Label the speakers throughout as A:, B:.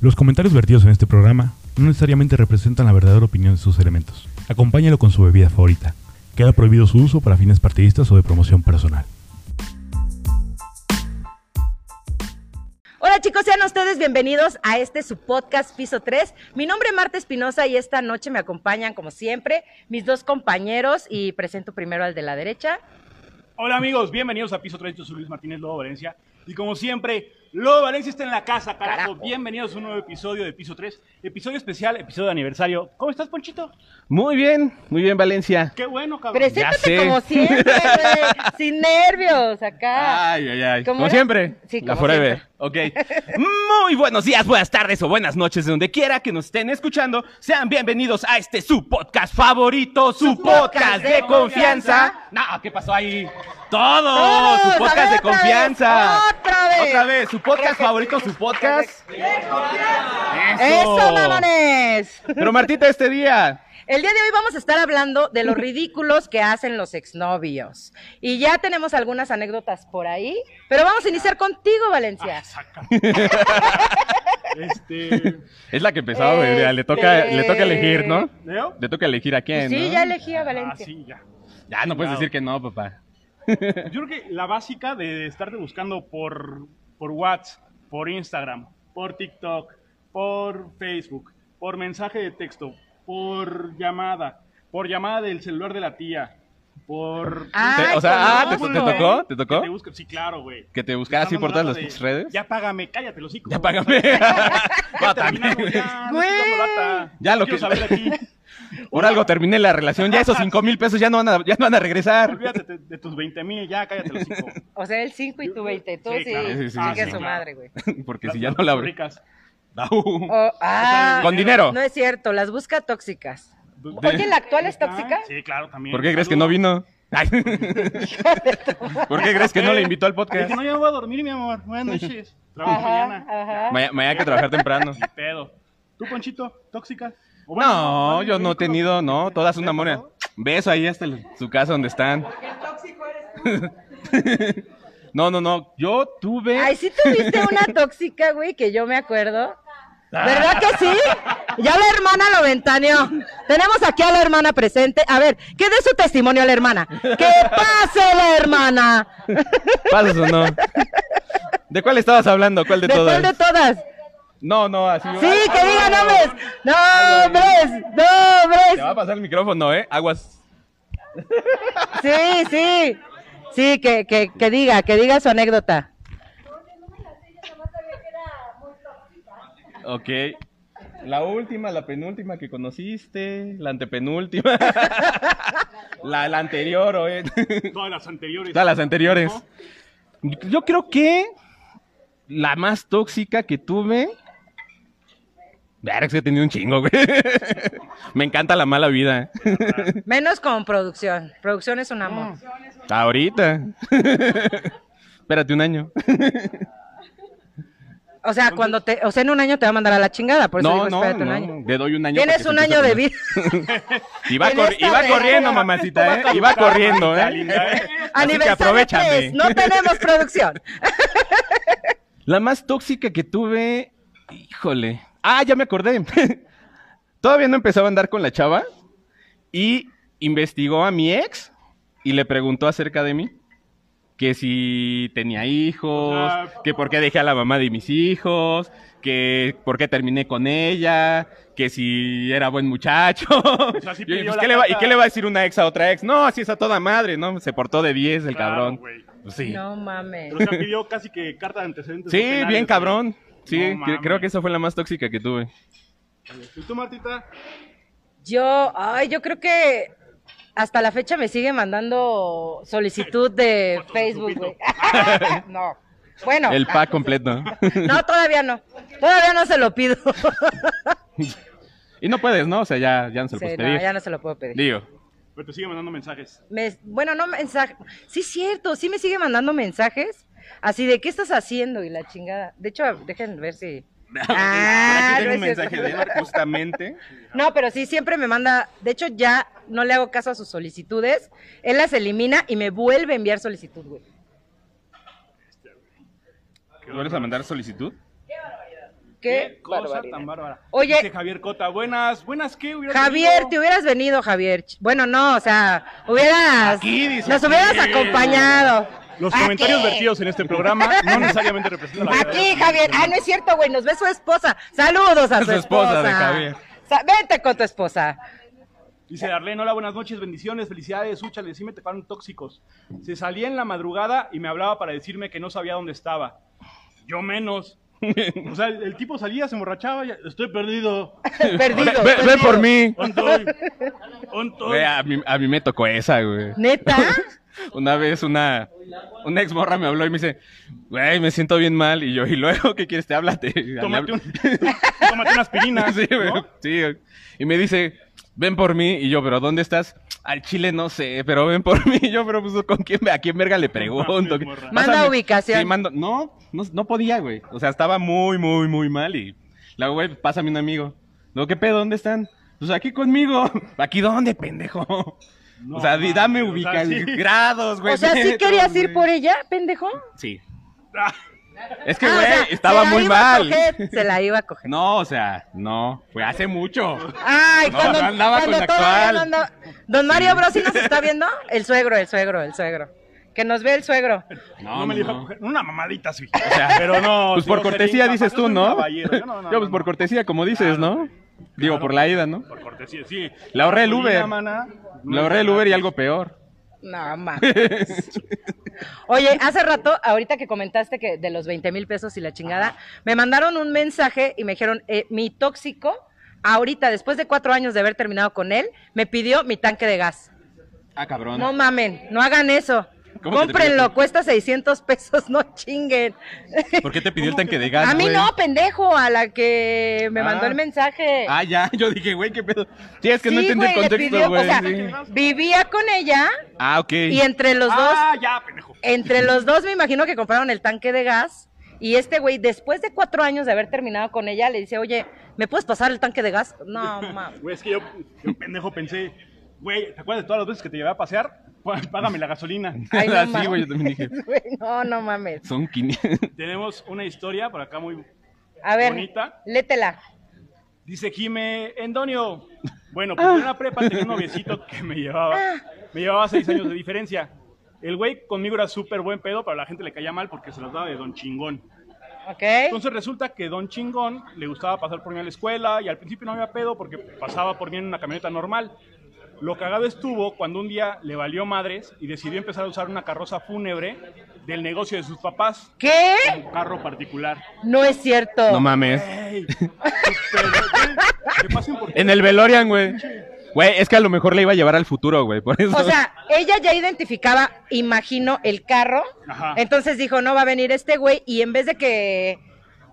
A: Los comentarios vertidos en este programa no necesariamente representan la verdadera opinión de sus elementos. Acompáñalo con su bebida favorita. Queda prohibido su uso para fines partidistas o de promoción personal.
B: Hola chicos, sean ustedes bienvenidos a este su podcast Piso 3. Mi nombre es Marta Espinosa y esta noche me acompañan como siempre mis dos compañeros y presento primero al de la derecha.
C: Hola amigos, bienvenidos a Piso 3, yo soy Luis Martínez Lobo Valencia y como siempre, Lobo Valencia está en la casa, carajo.
B: Carajo.
C: Bienvenidos a un nuevo episodio de Piso 3, episodio especial, episodio de aniversario. ¿Cómo estás, Ponchito?
D: Muy bien, muy bien, Valencia.
C: Qué bueno, cabrón.
B: Preséntate
D: sé.
B: como siempre, güey, sin nervios acá.
D: Ay, ay, ay.
B: Ah, ¿Cómo
D: Como
B: era?
D: siempre.
B: Sí,
D: la
B: como
D: Forever. Ok. Muy buenos días, buenas tardes o buenas noches, de donde quiera que nos estén escuchando. Sean bienvenidos a este su podcast favorito, su,
B: podcast
D: podcast,
B: de
D: de, confianza. No, ¿qué pasó ahí? Todo,
B: Todos, a
D: su
B: ver,
D: podcast de
B: otra vez,
D: confianza.
B: otra vez.
D: Otra vez, su podcast favorito, su podcast.
B: ¡Eso, mamones!
D: Pero Martita, este día.
B: El día de hoy vamos a estar hablando de los ridículos que hacen los exnovios. Y ya tenemos algunas anécdotas por ahí, pero vamos a iniciar contigo, Valencia.
D: Ah,
C: Este,
D: Es la que empezaba, güey, mira, Le toca,
B: Este-
D: le toca elegir, ¿no?
C: ¿Leo?
D: Le toca elegir a quién,
B: sí,
D: ¿no?
B: ya elegí a
C: Ah,
B: Valencia.
C: sí, ya.
D: Ya no puedes
C: Claro.
D: decir que no, papá.
C: Yo creo que la básica de estarte buscando por, por WhatsApp, por Instagram, por TikTok, por Facebook, por mensaje de texto, por llamada, por llamada del celular de la tía, por...
B: Ay,
D: Te- o sea, ah, ¿te,
B: conozco,
D: te
B: güey.
D: tocó? ¿Te
C: Que
D: tocó?
C: te busque- sí, claro, güey.
D: Que te buscara así por todas las
C: Mandándome
D: pinches
C: de,
D: redes. Ya,
C: Ya págame, cállate, los hijos.
D: págame.
C: Ya
D: No,
C: terminamos,
D: también.
C: ya, no
B: Güey.
C: estoy dando lata.
D: Ya lo
C: Quiero
D: que-
C: saber de ti.
D: Por algo terminé la relación. Ya esos cinco mil pesos ya no van a, ya no van a regresar.
C: Olvídate de, de tus 20 mil, ya cállate, los hijos.
B: O sea, el 5 y tú 20. Tú
C: Sí,
B: sí,
C: claro.
D: Sí, sí,
B: chingue
D: sí,
B: su
D: claro.
B: madre, güey.
D: Porque si ya no la
C: Ricas.
D: No.
B: O- ah,
D: Con dinero.
B: No es cierto, las busca tóxicas. Oye, ¿la actual es tóxica?
C: Sí, claro, también.
D: ¿Por qué crees que no vino? Ay. ¿Por qué crees que no le invitó al
C: Que
D: podcast?
C: no, ya me voy a dormir, mi amor. Buenas noches. Trabajo mañana.
B: Ajá, ajá.
D: Mañana mañana hay que trabajar temprano.
C: Ni pedo. ¿Tú, Ponchito, tóxica? O bueno,
D: No,
C: vale,
D: yo no he
C: ridículo.
D: tenido, no, todas una
C: ¿Neta,
D: mona.
C: no?
D: Beso ahí hasta el- su casa donde están. No, no, no, yo tuve...
B: Ay, sí tuviste una tóxica, güey, que yo me acuerdo. ¿Verdad que sí? Ya la hermana lo ventaneó. Tenemos aquí a la hermana presente. A ver, ¿qué de su testimonio a la hermana? ¡Que pase la hermana!
D: ¿Pasas o no? ¿De cuál estabas hablando? ¿Cuál de
B: ¿De
D: todas?
B: cuál de todas?
D: No, no, así.
B: Sí, que diga nombres. ¡Nombres!
D: Te va a
B: ¡Nombres!
D: pasar el micrófono, ¿eh? Aguas.
B: Sí, sí. Sí, que, que, que diga, que diga su anécdota.
D: Ok. La última, la penúltima que conociste, la antepenúltima. la, la anterior, ¿o eh?
C: Todas las anteriores.
D: Todas las anteriores. Yo creo que la más tóxica que tuve. Verga, es que he tenido un chingo, güey. Me encanta la mala vida.
B: Menos con producción. Producción es un amor.
D: Ahorita. Espérate un año.
B: O sea, cuando te, o sea, en un año te va a mandar a la chingada, por eso digo, espérate un año.
D: Le doy un año. para
B: Tienes
D: que
B: un
D: se
B: año
D: empiece
B: de
D: a
B: vida.
D: poner. Y va,
B: En
D: cor-
B: esta
D: y va
B: de-
D: corriendo, mamacita, ¿eh? Y va corriendo, ¿eh? Así que
B: Aniversario
D: aprovechame.
B: 3, no tenemos producción.
D: La más tóxica que tuve. Híjole. Ah, ya me acordé. Todavía no empezaba a andar con la chava. Y investigó a mi ex y le preguntó acerca de mí. Que si tenía hijos,
C: O sea,
D: que por qué dejé a la mamá de mis hijos, que por qué terminé con ella, que si era buen muchacho.
C: sea, sí
D: Y
C: pidió
D: yo, pues,
C: la
D: ¿qué le va- ¿Y
C: carta.
D: qué le va a decir una ex a otra ex? No, así es a toda madre, ¿no? Se portó de 10 el
C: Claro,
D: cabrón.
C: güey.
D: Pues sí.
B: No mames.
C: Pero se pidió casi que carta de antecedentes.
D: Sí,
C: no penales,
D: bien
C: güey.
D: cabrón. Sí,
C: No
D: cre-
C: mames.
D: creo que esa fue la más tóxica que tuve.
C: ¿Y tú, Martita?
B: Yo, ay, yo creo que hasta la fecha me sigue mandando solicitud de
C: Fotos de
B: Facebook, güey.
C: Pepito.
B: No. Bueno,
D: El pack completo.
B: no, todavía no. Todavía no se lo pido.
D: y no puedes, ¿no? O sea, ya, ya no se lo
B: Sí,
D: puedes
B: no,
D: pedir.
B: ya no se lo puedo pedir.
D: Digo,
C: Pero Pues te sigue mandando mensajes.
B: Me- bueno, no mensaje. Sí, es cierto, sí me sigue mandando mensajes. Así de, ¿qué estás haciendo? Y la chingada. De hecho, dejen ver si. Ah,
D: aquí tengo un
B: no es cierto.
D: mensaje de él justamente.
B: No, pero sí, siempre me manda. De hecho, ya no le hago caso a sus solicitudes. Él las elimina y me vuelve a enviar solicitud, güey.
D: ¿Vuelves a mandar solicitud?
B: Qué,
C: cosa
B: barbaridad.
C: tan bárbara.
B: Oye-
C: Dice Javier Cota, buenas, buenas, ¿qué hubiera
B: Javier,
C: tenido?
B: te hubieras venido, Javier. Ch- Bueno, no, o sea, hubieras.
C: Aquí, dice,
B: nos hubieras
C: aquí.
B: acompañado.
C: Los
B: Aquí.
C: comentarios vertidos en este programa no necesariamente representan la verdad de
B: Aquí,
C: los
B: Javier. Ah, no es cierto, güey. Nos ve su esposa. Saludos a su,
D: Su esposa de Javier.
B: Sa- Vente con tu esposa.
C: Dice Darlene, hola, buenas noches, bendiciones, felicidades, úchale, sí me tocaron tóxicos. Se salía en la madrugada y me hablaba para decirme que no sabía dónde estaba. Yo menos. O sea, el, el tipo salía, se emborrachaba, ya, estoy perdido.
B: perdido.
D: Ve, ve
B: perdido.
D: por mí.
C: Ontoy. Ontoy.
D: Ve, a, mí, a mí me tocó esa, güey.
B: Neta.
D: Una vez una, una ex morra me habló y me dice, güey, me siento bien mal. Y yo, ¿y luego qué quieres? Te háblate.
C: Tómate, un- tómate una aspirina.
D: Sí, güey,
C: ¿no?
D: sí, güey. Y me dice, ven por mí. Y yo, ¿pero dónde estás? Al chile no sé, pero ven por mí. Y yo, ¿pero pues, ¿con quién, a quién verga le pregunto?
C: mames, morra.
B: Manda
D: Pásame.
B: ubicación.
D: Sí, mando. No, no, no podía, güey. O sea, estaba muy, muy, muy mal. Y la güey, pásame un amigo. No, ¿qué pedo? ¿Dónde están? Pues aquí conmigo. ¿Aquí dónde, pendejo?
C: No,
D: o sea, di- dame
C: mames, o sea,
D: ubicación.
C: sí.
D: Grados, güey.
B: O sea, sí
D: metros,
B: querías ir
D: güey.
B: por ella, pendejo.
D: Sí.
C: Ah,
D: Es que,
B: Ah, o
D: güey,
B: sea,
D: estaba
B: se la
D: muy
B: iba a
D: mal.
B: coger, se la iba a coger.
D: No, o sea, no. Fue hace mucho.
B: Ay,
D: No,
B: cuando,
D: no andaba
B: cuando
D: con la
B: todavía
D: actual.
B: no andaba- Don Mario Bros, ¿sí nos está viendo? El suegro, el suegro, el suegro. Que nos ve el suegro.
C: no, me dijo coger una mamadita sí.
D: O sea,
C: Pero no,
D: Pues
C: sí,
D: por
C: no sería
D: cortesía
C: incapaz,
D: dices
C: yo
D: tú,
C: soy un
D: ¿no?
C: caballero, yo no, no,
D: Yo, pues
C: no,
D: por
C: no.
D: cortesía, como dices, ¿no? Digo,
C: Claro.
D: por la ida, ¿no?
C: Por cortesía, sí.
D: Le ahorré el
C: Por
D: Uber.
C: vida, mana,
D: Le ahorré el Uber y algo peor.
B: No, mames. Oye, hace rato, ahorita que comentaste que de los 20 mil pesos y la chingada, me mandaron un mensaje y me dijeron, eh, mi tóxico, ahorita, después de cuatro años de haber terminado con él, me pidió mi tanque de gas.
D: Ah, cabrón.
B: No mamen, no hagan eso.
D: ¿Cómo que te
B: Cómprenlo,
D: pidió?
B: cuesta 600 pesos, no chinguen.
D: ¿Por qué te pidió el
C: ¿Cómo
D: tanque
C: que-
D: de gas?
B: a mí
D: güey?
B: no, pendejo, a la que me
D: Ah.
B: mandó el mensaje.
D: Ah, ya. Yo dije, güey, qué pedo. Sí, es que no
B: Sí,
D: entendí el
B: güey, le
D: contexto,
B: pidió,
D: güey.
B: O sea,
D: sí.
B: vivía con ella
D: Ah, ok.
B: y entre los dos
C: Ah, ya, pendejo.
B: entre los dos me imagino que compraron el tanque de gas y este güey, después de cuatro años de haber terminado con ella, le dice, oye, ¿me puedes pasar el tanque de gas? No, mames.
C: Güey, es que yo, yo pendejo pensé, güey, ¿te acuerdas de todas las veces que te llevé a pasear? Pá- Págame la gasolina.
B: Ay, no,
D: Así,
B: mames.
D: güey, yo también dije.
B: Güey, no, no mames.
D: Son 500.
C: Tenemos una historia por acá muy...
B: A ver,
C: Bonita.
B: létela.
C: Dice Jime, Endonio. Bueno, pues yo en la prepa tenía un noviecito que me llevaba, me llevaba seis años de diferencia. El güey conmigo era súper buen pedo, pero a la gente le caía mal porque se los daba de don chingón.
B: ¿Ok?
C: Entonces resulta que Don Chingón le gustaba pasar por mí a la escuela y al principio no había pedo porque pasaba por mí en una camioneta normal. Lo cagado estuvo cuando un día le valió madres y decidió empezar a usar una carroza fúnebre del negocio de sus papás,
B: ¿Qué?
C: un carro particular.
B: No es cierto.
D: No mames.
C: ¡Ey! Pero, ¿qué? ¿eh? Que pasen por
D: En el Velorian, güey. Güey, es que a lo mejor le iba a llevar al futuro, güey. Por eso.
B: o sea, ella ya identificaba, imagino, el carro.
C: Ajá.
B: Entonces dijo, no va a venir este güey. Y en vez de que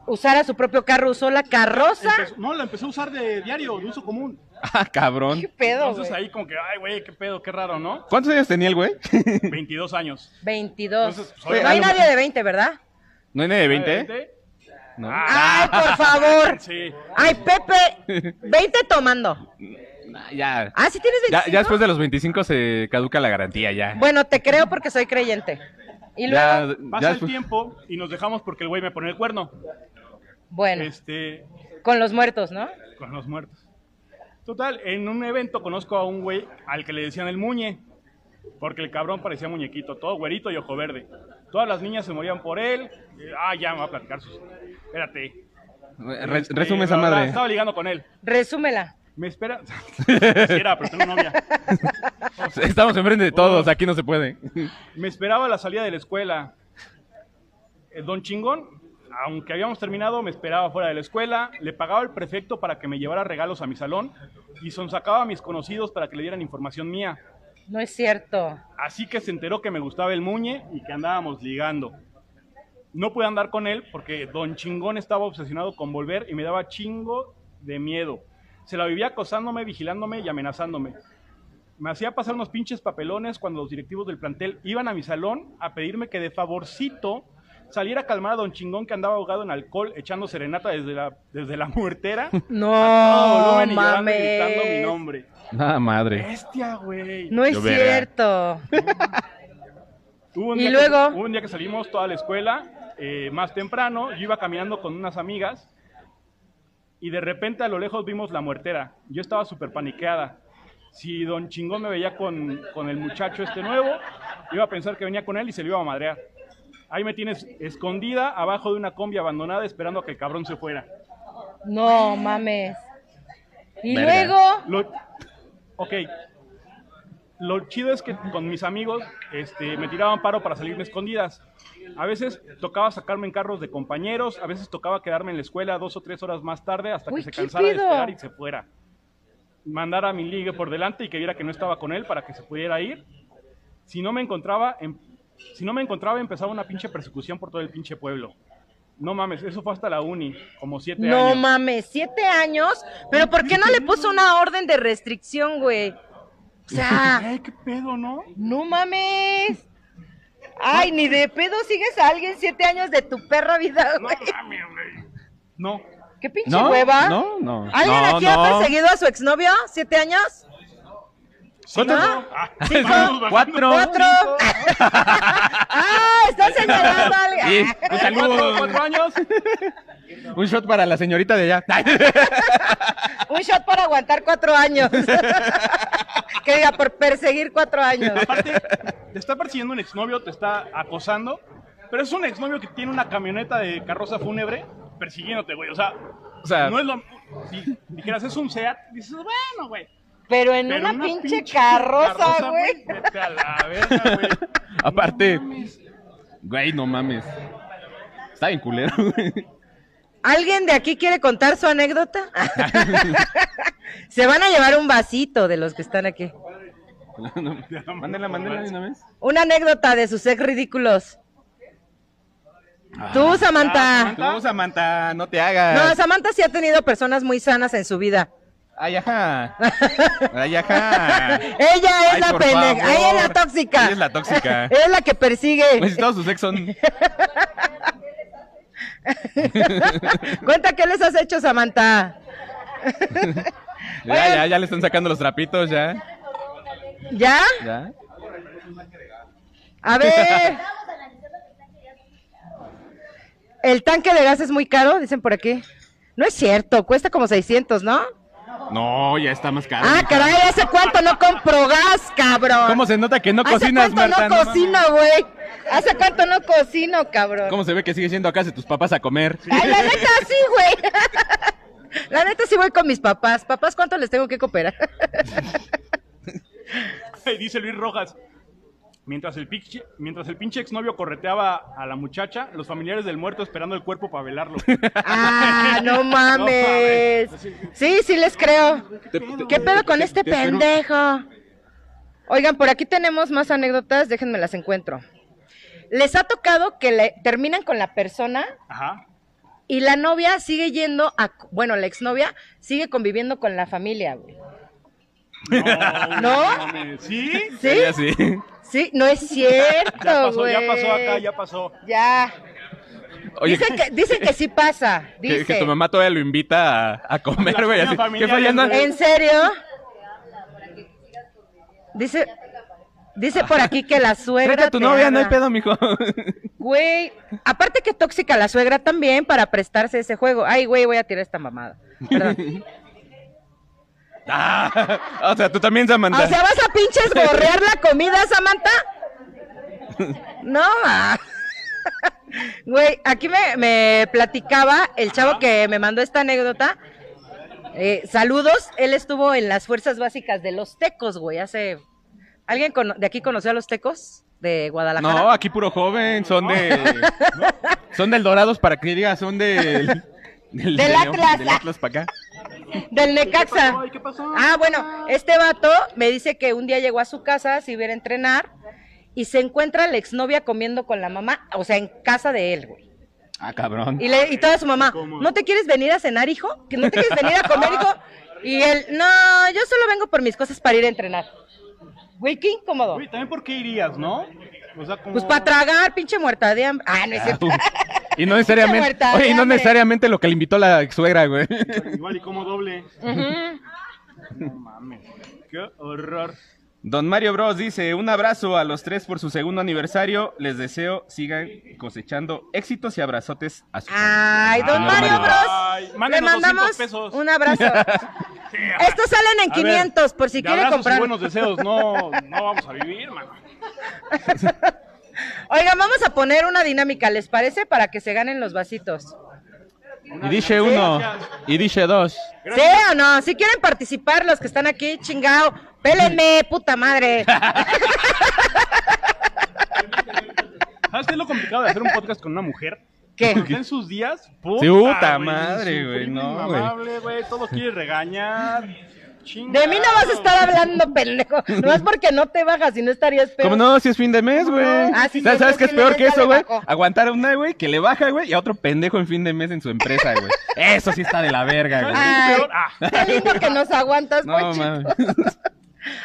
B: usara su propio carro, usó la carroza.
C: Empezó- no, la empezó a usar de diario, de uso común.
D: Ah, cabrón.
B: ¿Qué pedo,
C: Entonces
B: güey?
C: ahí como que, ay, güey, qué pedo, qué raro, ¿no?
D: ¿Cuántos años tenía el güey?
C: 22 años.
B: 22.
C: Entonces, pues,
D: oye,
B: no hay
D: algo-
B: nadie de 20, ¿verdad?
D: ¿No era de 20? No.
C: Ah.
B: Ay, por favor.
C: Sí.
B: Ay, Pepe, 20 tomando.
D: Nah, ya.
B: Ah, ¿sí tienes
D: Ya,
B: 25?
D: ya después de los 25 se caduca la garantía, ya.
B: Bueno, te creo porque soy creyente. Y
D: Ya-
B: luego,
C: Pasa
D: ya
C: el
D: después-
C: tiempo y nos dejamos porque el güey me pone el cuerno.
B: bueno,
C: Este,
B: con los muertos, ¿no?
C: con los muertos. Total, en un evento conozco a un güey al que le decían el muñe, porque el cabrón parecía muñequito, todo güerito y ojo verde. Todas las niñas se morían por él. Eh, Ah, ya me va a platicar sus. Espérate.
D: Re-
C: Este,
D: resume esa
C: bla, bla,
D: madre.
C: Estaba ligando con él.
B: Resúmela.
C: Me espera. Quisiera, pero tengo novia.
D: Estamos enfrente de todos,
B: Oh.
D: aquí no se puede.
C: Me esperaba la salida de la escuela. El don Chingón, aunque habíamos terminado, me esperaba fuera de la escuela. Le pagaba el prefecto para que me llevara regalos a mi salón y sonsacaba a mis conocidos para que le dieran información mía.
B: No es cierto.
C: Así que se enteró que me gustaba el muñe y que andábamos ligando. No pude andar con él porque Don Chingón estaba obsesionado con volver y me daba chingo de miedo. Se la vivía acosándome, vigilándome y amenazándome. Me hacía pasar unos pinches papelones cuando los directivos del plantel iban a mi salón a pedirme que de favorcito saliera a calmar a Don Chingón que andaba ahogado en alcohol echando serenata desde la, desde la muertera. Todo
B: Ah, No,
C: volumen y llorando y gritando mi
B: mames.
C: nombre.
D: Nada madre.
C: Bestia, güey.
B: No es
D: Yo verga.
B: cierto.
C: Hubo un,
B: Y
C: día
B: luego-
C: que, hubo un día que salimos toda la escuela, eh, más temprano, yo iba caminando con unas amigas y de repente a lo lejos vimos la muertera. Yo estaba súper paniqueada. Si don chingón me veía con, con el muchacho este nuevo, iba a pensar que venía con él y se lo iba a madrear. Ahí me tienes escondida abajo de una combi abandonada esperando a que el cabrón se fuera.
B: No mames. Y
D: Verga.
B: luego,
C: Lo, ok. Lo chido es que con mis amigos este, me tiraban paro para salirme escondidas. A veces tocaba sacarme en carros de compañeros, a veces tocaba quedarme en la escuela dos o tres horas más tarde hasta
B: Uy,
C: que se
B: qué
C: cansara de
B: pedo.
C: esperar y se fuera. Mandar a mi ligue por delante y que viera que no estaba con él para que se pudiera ir. Si no me encontraba, em- si no me encontraba empezaba una pinche persecución por todo el pinche pueblo. No mames, eso fue hasta la uni, como siete
B: no
C: años.
B: mames, siete años. Pero ¿por qué no le puso una orden de restricción, güey? O sea,
C: Ay, qué pedo, ¿no?
B: no mames. Ay, ni de pedo sigues a alguien siete años de tu perra vida, güey.
C: No,
B: ¿Qué pinche
D: ¿No?
B: hueva?
D: No, no.
B: ¿Alguien
D: No,
B: aquí
D: no.
B: ha perseguido a su exnovio? ¿Siete años?
D: ¿Cuántos?
B: ¿No?
D: Cinco, cuatro.
B: ¿Cuatro? ¡Ah! Está señalando a alguien.
D: Sí, un
C: Cuatro,
D: saludo.
C: cuatro años.
D: Un shot para la señorita de allá.
B: Ah, Un shot para aguantar cuatro años. que diga, por perseguir cuatro años.
C: Aparte, te está persiguiendo un exnovio, te está acosando, pero es un exnovio que tiene una camioneta de carroza fúnebre persiguiéndote, güey. O sea,
D: O sea,
C: no es lo. Si dijeras, es un SEAT, dices, bueno, güey.
B: Pero en
C: pero
B: una, pinche, carroza, güey.
C: Vete a la verga, güey.
D: Aparte-
C: No mames.
D: Güey, no mames. Está bien culero, güey.
B: ¿Alguien de aquí quiere contar su anécdota? Se van a llevar un vasito de los que están aquí.
D: No, Mándela, mándela de una vez.
B: Una anécdota de sus ex ridículos. Tú, Samantha.
D: Tú, Ah, Samantha, no te
B: No,
D: hagas.
B: Samantha sí ha tenido personas muy sanas en su vida.
D: Ay, ajá. Ay, ajá.
B: Ella es
D: Ay,
B: la
D: por
B: pendeja.
D: favor.
B: Ella es la tóxica.
D: Ella es la tóxica.
B: es la que persigue.
D: Pues si todos sus ex son.
B: Cuenta qué les has hecho, Samantha.
D: Ya, ya, ya le están sacando los trapitos, ya.
B: ¿Ya?
D: Ya.
B: A ver. El tanque de gas es muy caro, dicen por aquí. No es cierto, cuesta como 600, ¿no?
D: No, ya está más caro.
B: Ah, caray, ¿hace cuánto no compro gas, cabrón?
D: ¿Cómo se nota que no
B: ¿Hace
D: cocinas,
B: cuánto
D: Marta?
B: Ah, no
D: No
B: cocino, güey? ¿Hace cuánto no cocino, cabrón?
D: ¿Cómo se ve que sigue siendo a casa de tus papás a comer?
B: Ay, la neta sí, güey. La neta sí voy con mis papás. Papás, ¿cuánto les tengo que cooperar?
C: Y dice Luis Rojas. Mientras el, pinche, mientras el pinche exnovio correteaba a la muchacha, los familiares del muerto esperando el cuerpo para velarlo.
B: Ah, no mames.
C: No mames.
B: Sí, sí les creo. ¿Qué pedo con
D: te-
B: este
D: te espero-
B: pendejo? Oigan, por aquí tenemos más anécdotas, déjenme las encuentro. Les ha tocado que le terminan con la persona
C: Ajá.
B: y la novia sigue yendo a, bueno, la exnovia sigue conviviendo con la familia, güey.
C: No.
B: ¿No?
C: mames. ¿Sí?
B: ¿Sí?
D: Ya, sí.
B: Sí, no es cierto,
C: Ya pasó,
B: güey.
C: ya pasó acá, ya pasó.
B: Ya.
D: Oye,
B: dicen, que, dicen que sí pasa,
D: que-
B: dice.
D: que tu mamá todavía lo invita a, a comer,
C: Las
D: güey.
C: cenas
D: así. ¿Qué
C: familiares,
D: fallando?
C: güey.
B: ¿En serio? Dice, dice por aquí que la suegra.
D: Trata a tu
B: te
D: novia, no hay
B: ama.
D: pedo, mijo.
B: Güey, aparte que tóxica la suegra también para prestarse ese juego. Ay, güey, voy a tirar esta mamada. Perdón.
D: Ah, o sea, tú también, Samantha.
B: O sea, ¿vas a pinches borrear la comida, Samantha? No, ma. Güey, aquí me, me platicaba el chavo que me mandó esta anécdota. Eh, saludos, él estuvo en las fuerzas básicas de los tecos, güey, hace... ¿Alguien cono- de aquí conoció a los tecos de Guadalajara?
D: No, aquí puro joven, son de. Son del Dorados para que diga, son del.
B: Del
D: Del,
B: Atlas.
D: Del Atlas para acá.
B: Del Necaxa.
C: Ay, ¿qué pasó?
B: Ah, bueno, este vato me dice que un día llegó a su casa se iba a entrenar y se encuentra la exnovia comiendo con la mamá, o sea, en casa de él, güey.
D: Ah, cabrón.
B: Y, le, y toda su mamá,
C: ¿Cómo?
B: ¿no te quieres venir a cenar, hijo? ¿Que no te quieres venir a comer, hijo? Y él, no, yo solo vengo por mis cosas para ir a entrenar. Güey, qué incómodo.
C: Güey, también por qué irías, ¿no? O sea, como...
B: Pues para tragar, pinche muerta de hambre. Ah, no es cierto.
D: Y no necesariamente.
B: Muerta de
D: Oye, y no
B: hambre.
D: necesariamente lo que le invitó la suegra, güey.
C: Igual y como doble.
B: Ujú.
C: No mames. Qué horror.
D: Don Mario Bros dice, un abrazo a los tres por su segundo aniversario. Les deseo sigan cosechando éxitos y abrazotes a su
B: Ay, don
C: Ah,
D: Ay,
B: Mario
D: Mario.
B: Bros.
C: Ay,
B: le
C: mándenos 200
B: mandamos
C: pesos.
B: un abrazo. Estos salen en
C: A ver,
B: 500 por si
C: de
B: quiere
C: abrazos y
B: comprar.
C: buenos deseos, no, no vamos a vivir, mano.
B: Oigan, vamos a poner una dinámica, ¿les parece? Para que se ganen los vasitos.
D: Y dice uno, y dice dos.
B: ¿Sí o no? Si quieren participar los que están aquí, chingao, pélenme, puta madre.
C: ¿Sabes qué es lo complicado de hacer un podcast con una mujer?
B: ¿Qué?
C: Cuando está en sus días, puta,
D: Sí, puta
C: güey,
D: madre,
C: insufrible,
D: güey, no, güey.
C: inmamable, güey, todo quiere regañar.
B: De mí no vas a estar hablando, pendejo. No es porque no te bajas y no estarías peor.
D: Como no, si es fin de mes, güey.
B: Ah, sí,
D: ¿Sabes,
B: cierto,
D: sabes qué es
B: fin de
D: peor
B: mes
D: que
B: ya
D: eso,
B: le
D: güey?
B: bajó.
D: Aguantar a una, güey, que le baja, güey, y a otro pendejo en fin de mes en su empresa, güey. Eso sí está de la verga, güey.
B: Ay,
C: Peor, ah.
B: qué lindo que nos aguantas,
D: No,
B: Ponchito.
D: mames.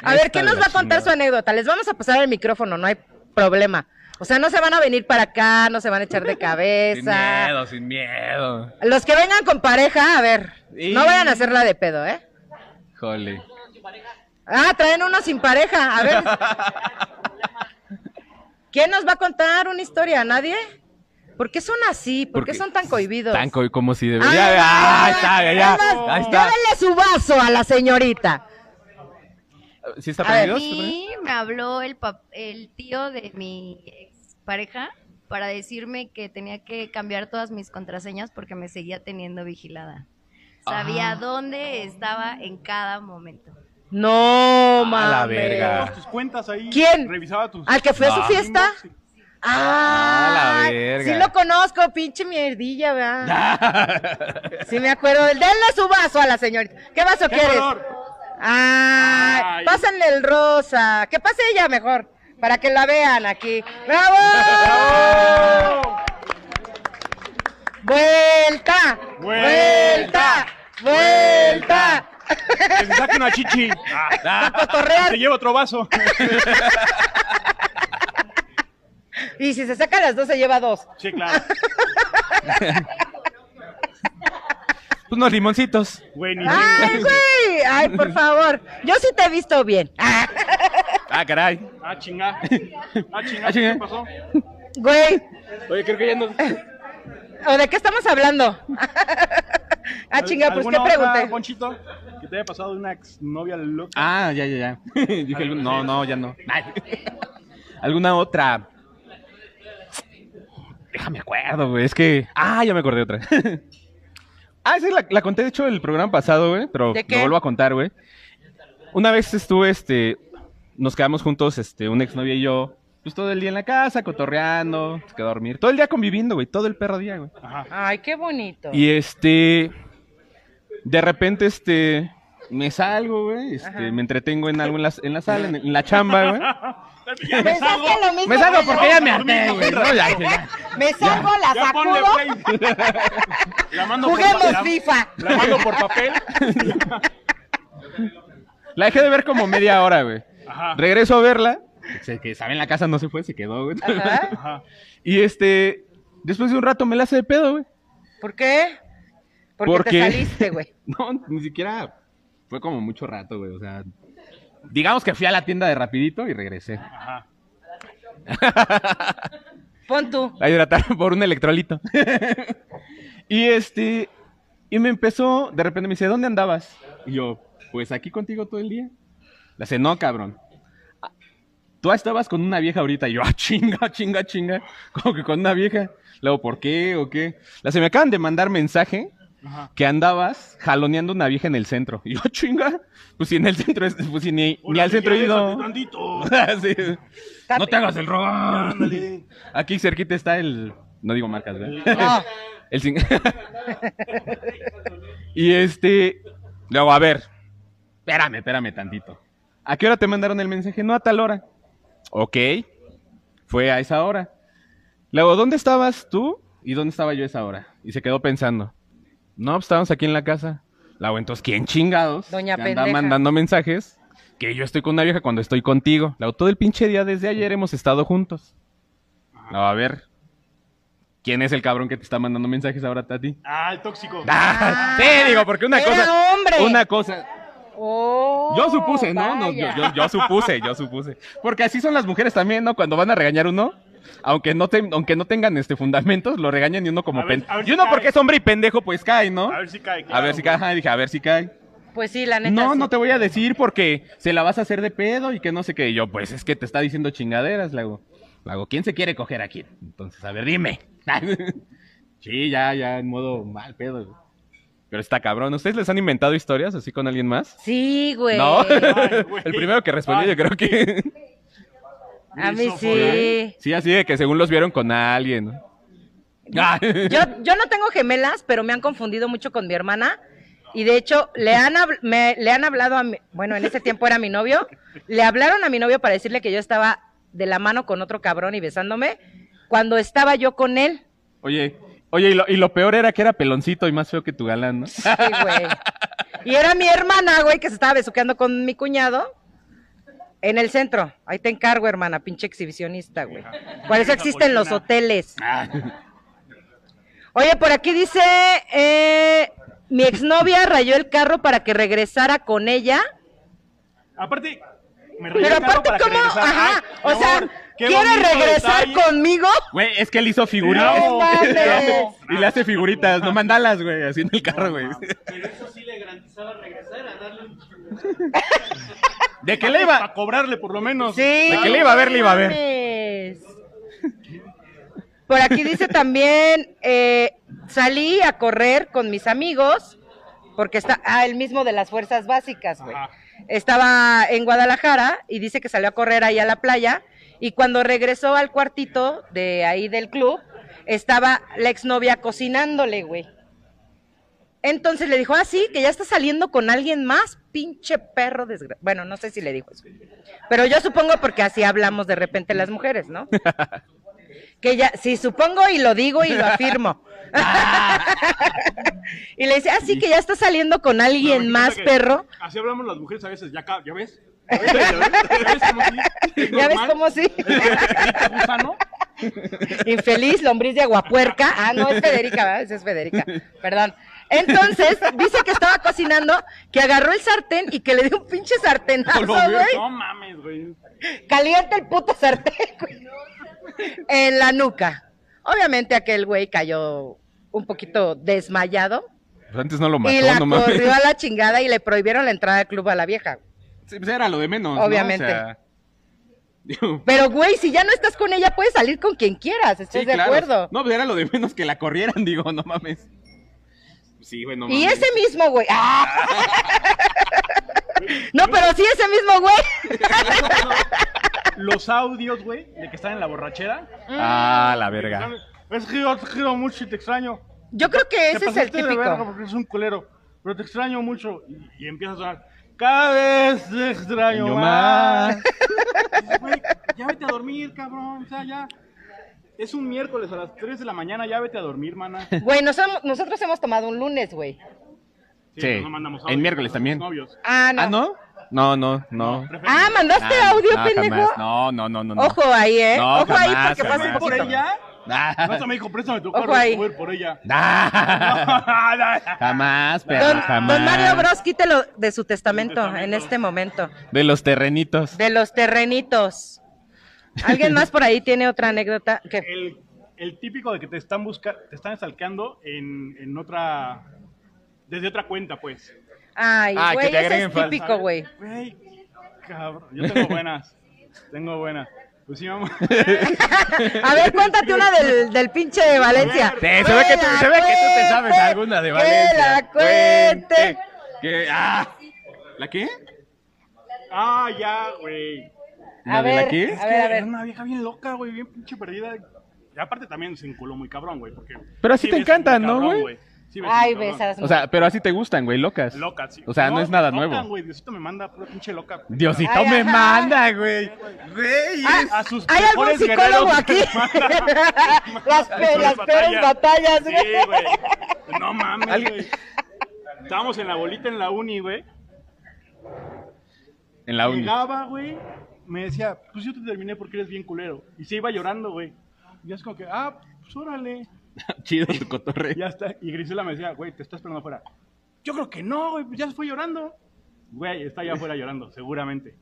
B: A ver,
D: Está
B: ¿qué
D: de
B: nos
D: la
B: va a contar
D: chingada.
B: su anécdota? Les vamos a pasar el micrófono, no hay problema. O sea, no se van a venir para acá, no se van a echar de
D: Sin
B: cabeza.
D: miedo, sin miedo.
B: Los que vengan con pareja, a ver,
D: Y-
B: no vayan a hacerla de pedo, ¿eh?
D: Jole.
B: Ah, traen uno sin pareja, a ver. ¿Quién nos va a contar una historia? ¿Nadie? ¿Por qué son así? ¿Por,
D: Porque
B: qué son tan cohibidos?
D: Tan coi- como si
B: Ah,
D: debería. Ah, ahí está, ya, ya.
B: nada más,
D: Ahí está.
B: llévenle su vaso a la señorita.
D: ¿Sí está
B: A ver.
D: prendido?
E: A mí me habló el, pap- el tío de mi ex pareja para decirme que tenía que cambiar todas mis contraseñas porque me seguía teniendo vigilada. Sabía dónde estaba en cada momento.
B: No,
D: A la
B: mames.
D: verga.
C: Todas tus cuentas ahí.
B: ¿Quién?
C: Revisaba tus.
B: ¿Al que fue a su
D: Ah.
B: fiesta?
C: Sí.
B: Ah,
D: Ah, la verga.
B: Sí lo conozco, pinche mierdilla, ¿verdad?
D: Ya.
B: Sí me acuerdo. del- Denle su vaso a la señorita. ¿Qué vaso
C: ¿Qué
B: quieres?
C: color?
B: Ay,
C: Ay.
B: pásenle el rosa. Que pase ella mejor, para que la vean aquí. ¡Bravo! ¡Vuelta! ¡Vuelta!
C: Vuelta.
B: ¡Vuelta!
C: Que se saque una chichi. Ah,
B: A cotorrear.
C: Se lleva otro vaso.
B: Y si se saca las dos, se lleva dos.
C: Sí, claro.
D: Unos limoncitos.
C: Güey, ni
B: ¡Ay, güey! ¡Ay, por favor! Yo sí te he visto bien. Ah,
D: Ah, caray.
C: Ah, chingá. Ah, chingá.
D: Ah, chingá.
C: ¿Qué pasó?
B: Güey,
C: Oye, creo que ya no.
B: ¿o de qué estamos hablando? Ah, chinga, pues qué
C: ¿Alguna otra,
B: pregunté.
C: Ponchito, que te haya pasado de una exnovia loca.
D: Ah, ya, ya, ya. Dije, algún- no, no, ya no. Ay. ¿Alguna otra? Déjame acuerdo, güey. Es que. Ah, ya me acordé otra. ah, sí, la, la conté, de hecho, el programa pasado, güey. Pero
B: ¿De qué?
D: lo vuelvo a contar, güey. Una vez estuve, este. Nos quedamos juntos, este, una exnovia y yo. Pues todo el día en la casa, cotorreando, se quedó a dormir. Todo el día conviviendo, güey. Todo el perro día, güey.
C: Ajá.
B: Ay, qué bonito.
D: Y este. De repente, este. Me salgo, güey. Este, me entretengo en algo en la, en la sala, en, en la chamba, güey.
C: Ya me
B: Pensaste
C: salgo.
B: lo mismo
D: Me salgo
B: que yo.
D: porque ya me harté, güey. ¿no? Ya, ya, ya.
B: Me salgo, la
C: Ya ponle
B: sacudo,
C: play. La mando por
B: juguemos
C: la-
B: FIFA.
C: La mando por papel.
D: La dejé de ver como media hora, güey.
C: Ajá.
D: Regreso a verla. Se- que sabe en la casa no se fue, se quedó, güey.
B: Ajá.
C: Ajá.
D: Y este. Después de un rato me la hace de pedo, güey.
B: ¿Por qué? Porque
D: ¿Por
B: te
D: qué?
B: saliste, güey.
D: No, ni siquiera. Fue como mucho rato, güey. O sea. Digamos que fui a la tienda de rapidito y regresé.
C: Ajá.
B: Pon tú.
D: a hidratar por un electrolito. y este, y me empezó, de repente me dice, ¿dónde andabas? Y yo, pues aquí contigo todo el día. La dice, no, cabrón. Ah, Tú estabas con una vieja ahorita. Y yo, ah, chinga, chinga, chinga. Como que con una vieja. Luego, ¿por qué o qué? La se me acaban de mandar mensaje
C: Ajá.
D: que andabas jaloneando una vieja en el centro. Y yo, "Ah, chinga. Pues si en el centro, es- pues si ni, ni
C: Órale,
D: al centro
C: ya
D: he ido.
C: bésate tantito.
D: Sí. No te hagas el robo.
C: Ándale.
D: Aquí cerquita está el. No digo marcas, ¿verdad?
B: No.
D: El cin- y este. Luego, a ver. Espérame, espérame tantito. ¿A qué hora te mandaron el mensaje? No, a tal hora. Ok. Fue a esa hora. Luego, ¿dónde estabas tú y dónde estaba yo a esa hora? Y se quedó pensando. No, pues estábamos aquí en la casa. Luego, entonces, ¿quién chingados?
B: Doña
D: te
B: pendeja.
D: Anda mandando mensajes que yo estoy con una vieja cuando estoy contigo. Luego, todo el pinche día desde ayer hemos estado juntos. No, a ver. ¿Quién es el cabrón que te está mandando mensajes ahora a ti?
C: Ah, el tóxico.
D: Ah, sí, digo, porque una
B: Era
D: cosa.
B: hombre.
D: Una cosa.
B: Oh,
D: Yo supuse, ¿no? No, yo,
B: vaya.
D: yo- yo supuse, yo supuse. Porque así son las mujeres también, ¿no? Cuando van a regañar uno, aunque no, te- aunque no tengan este fundamentos, lo regañan y uno como
C: A ver,
D: pendejo.
C: a ver
D: Y
C: si
D: uno
C: cae.
D: porque es hombre y pendejo, pues cae, ¿no?
C: A ver si cae.
D: A ver si cae, ajá, dije, a ver si cae.
B: Pues sí, la neta.
D: No,
B: sí.
D: no te voy a decir porque se la vas a hacer de pedo y que no sé qué. Y yo, pues es que te está diciendo chingaderas, Lago. Lago, ¿quién se quiere coger aquí? Entonces, a ver, dime. sí, ya, ya, en modo mal pedo. güey. Pero está cabrón. ¿Ustedes les han inventado historias así con alguien más?
B: Sí, Pues, güey.
D: No.
C: Ay, güey.
D: El primero que respondió, yo
C: Ay,
D: creo que.
B: A mí
C: Misófono.
B: sí.
D: Sí, así de que según los vieron con alguien. Ah.
B: Yo, yo no tengo gemelas, pero me han confundido mucho con mi hermana. Y de hecho, le han, habl- me- le han hablado a mi, bueno, en ese tiempo era mi novio, le hablaron a mi novio para decirle que yo estaba de la mano con otro cabrón y besándome, cuando estaba yo con él.
D: Oye, oye, y lo, y lo peor era que era peloncito y más feo que tu galán, ¿no?
B: Sí, güey. Y era mi hermana, güey, que se estaba besuqueando con mi cuñado en el centro. Ahí te encargo, hermana, pinche exhibicionista, güey. Por eso existen los hoteles.
C: Ah.
B: Oye, por aquí dice, eh, mi exnovia rayó el carro para que regresara con ella.
C: Aparte, me rayé
B: Pero
C: el carro
B: aparte,
C: para que
B: ¿cómo?
C: regresara.
B: Ajá.
C: Ay, mi
B: O sea,
C: amor, qué
B: ¿quiere
C: bonito
B: regresar
C: detalle.
B: conmigo?
D: Güey, es que él hizo figuritas.
C: No
B: mames.
D: Le hace- y le hace figuritas, no mandalas, güey, así en el carro, güey.
F: Pero eso sí le garantizaba regresar a darle un
D: ¿De qué le iba?
C: Para cobrarle por lo menos.
B: Sí.
D: De que le iba a ver, le iba a ver.
B: mames. Por aquí dice también, eh, salí a correr con mis amigos, porque está, ah, el mismo de las fuerzas básicas, güey.
C: Ajá.
B: Estaba en Guadalajara y dice que salió a correr ahí a la playa y cuando regresó al cuartito de ahí del club, estaba la exnovia cocinándole, güey. Entonces le dijo, ah, sí, que ya está saliendo con alguien más, pinche perro desgraciado. Bueno, no sé si le dijo eso. Pero yo supongo porque así hablamos de repente las mujeres, ¿no? Que ya, sí, supongo y lo digo y lo afirmo. y le dice, ah, sí, que ya está saliendo con
C: Pero
B: alguien
C: me
B: más,
C: encanta que
B: perro.
C: Así hablamos las mujeres a veces, ya, ca- ¿ya ves? ¿Ya ves? ¿Ya ves cómo sí? este Es
B: ¿Ya ves
C: normal.
B: cómo sí?
C: ¿Te gusta, no?
B: Infeliz, lombriz de aguapuerca. Ah, no, es Federica, ¿verdad? Esa es Federica. Perdón. Entonces, dice que estaba cocinando, que agarró el sartén y que le dio un pinche sartenazo,
C: No
B: güey.
C: mames, güey.
B: Caliente el puto sartén, güey. En la nuca. Obviamente aquel güey cayó un poquito desmayado
D: Pues antes no lo
B: y
D: mató,
B: la
D: no mames.
B: corrió a la chingada y le prohibieron la entrada al club a la vieja.
D: Sí, pues era lo de menos,
B: Obviamente.
D: ¿no? O sea, digo,
B: Pero güey, si ya no estás con ella, puedes salir con quien quieras, ¿estás
D: sí,
B: de
D: claro.
B: acuerdo?
D: No, pues era lo de menos que la corrieran, digo, no mames. Sí, güey, no mames.
B: Y ese mismo güey. ¡Ah! No, pero sí ese mismo güey.
C: Los audios, güey, de que están en la borrachera.
D: Ah, la verga.
C: Es que yo te quiero mucho y te extraño.
B: Yo creo que
C: Te
B: ese es el
C: pasaste de verga
B: típico.
C: porque eres un culero, pero te extraño mucho. Y, y empieza a sonar, cada vez te extraño
D: Yo
C: más.
D: más.
C: Dices, "Güey, ya vete a dormir, cabrón, o sea, ya. Es un miércoles a las 3 de la mañana, ya vete a dormir, mana. Sí,
B: Güey, nos hemos- nosotros hemos tomado un lunes, güey.
D: Sí,
C: pues no mandamos
D: en
C: audios, mandamos
D: miércoles también.
C: novios.
B: Ah, no.
D: ¿Ah, no? No, no, no.
C: Preferimos.
B: Ah, mandaste
D: Ah,
B: audio,
D: no,
B: pendejo.
D: jamás. No, no, no, no. no.
B: Ojo ahí, ¿eh?
D: No,
B: Ojo ahí
D: jamás,
B: porque pasa un
D: jamás.
C: por
B: poquito.
C: ella.
D: Ah,
C: No, me dijo, préstame tu
B: Ojo
C: carro, voy
B: ahí.
C: a jugar por ella.
D: ah, jamás, pero
B: Don,
D: jamás.
B: don Mario Bros, quítelo de su testamento en
C: testamento.
B: este momento.
D: De los terrenitos.
B: De los terrenitos. ¿Alguien más por ahí tiene otra anécdota? ¿Qué?
C: el, el típico de que te están buscando, te están stalkeando en, en otra, desde otra cuenta, pues.
B: Ay,
D: Ah, que
B: güey,
D: te
B: ese
D: agreguen
B: es
D: falso.
B: típico, güey.
C: Güey, cabrón, yo tengo buenas, tengo buenas. Pues sí, mamá.
B: A ver, cuéntate una del, del pinche de Valencia.
D: Sí, se ve que tú, se ve que tú te sabes
B: Cuente,
D: alguna de Valencia.
B: Que la cuente.
D: Cuente. Que- ah, ¿La qué?
C: Ah, ya, güey.
D: ¿La
B: A
D: de la
B: ver,
D: qué?
B: a ver, a
C: Era
B: ver.
C: una vieja bien loca, güey, bien pinche perdida. Y aparte también se enculó muy cabrón, güey, porque...
D: Pero así te
C: ves muy
D: encantan, ¿no,
C: cabrón,
D: güey?
C: Sí ves
B: Ay,
C: muy cabrón.
B: besas.
D: O sea, pero así te gustan, güey, locas.
C: Loca, sí.
D: O sea, no, es nada
C: loca,
D: nuevo.
C: güey, Diosito me manda, pura pinche loca.
D: Diosito
B: Ay,
D: me
B: ajá.
D: manda, güey. Güey.
B: Ah,
D: es-
C: a sus
B: ¿Hay algún
C: mejores
B: psicólogo
C: guerreros
B: aquí?
C: que manda.
B: las pe-
C: Peores
B: las peores batallas,
C: Sí,
B: güey.
C: güey. No mames,
D: Alguien-
C: güey. Estábamos en la bolita en la uni, güey.
D: En la uni.
C: Llegaba, güey. Me decía, pues yo te terminé porque eres bien culero. Y se iba llorando, güey. Y es como que, ah, pues órale.
D: Chido tu
C: Y
D: cotorreo.
C: ya está. Y Grisela me decía, güey, te estás esperando afuera. Yo creo que no, güey, pues ya se fue llorando. Güey, está allá afuera llorando, seguramente.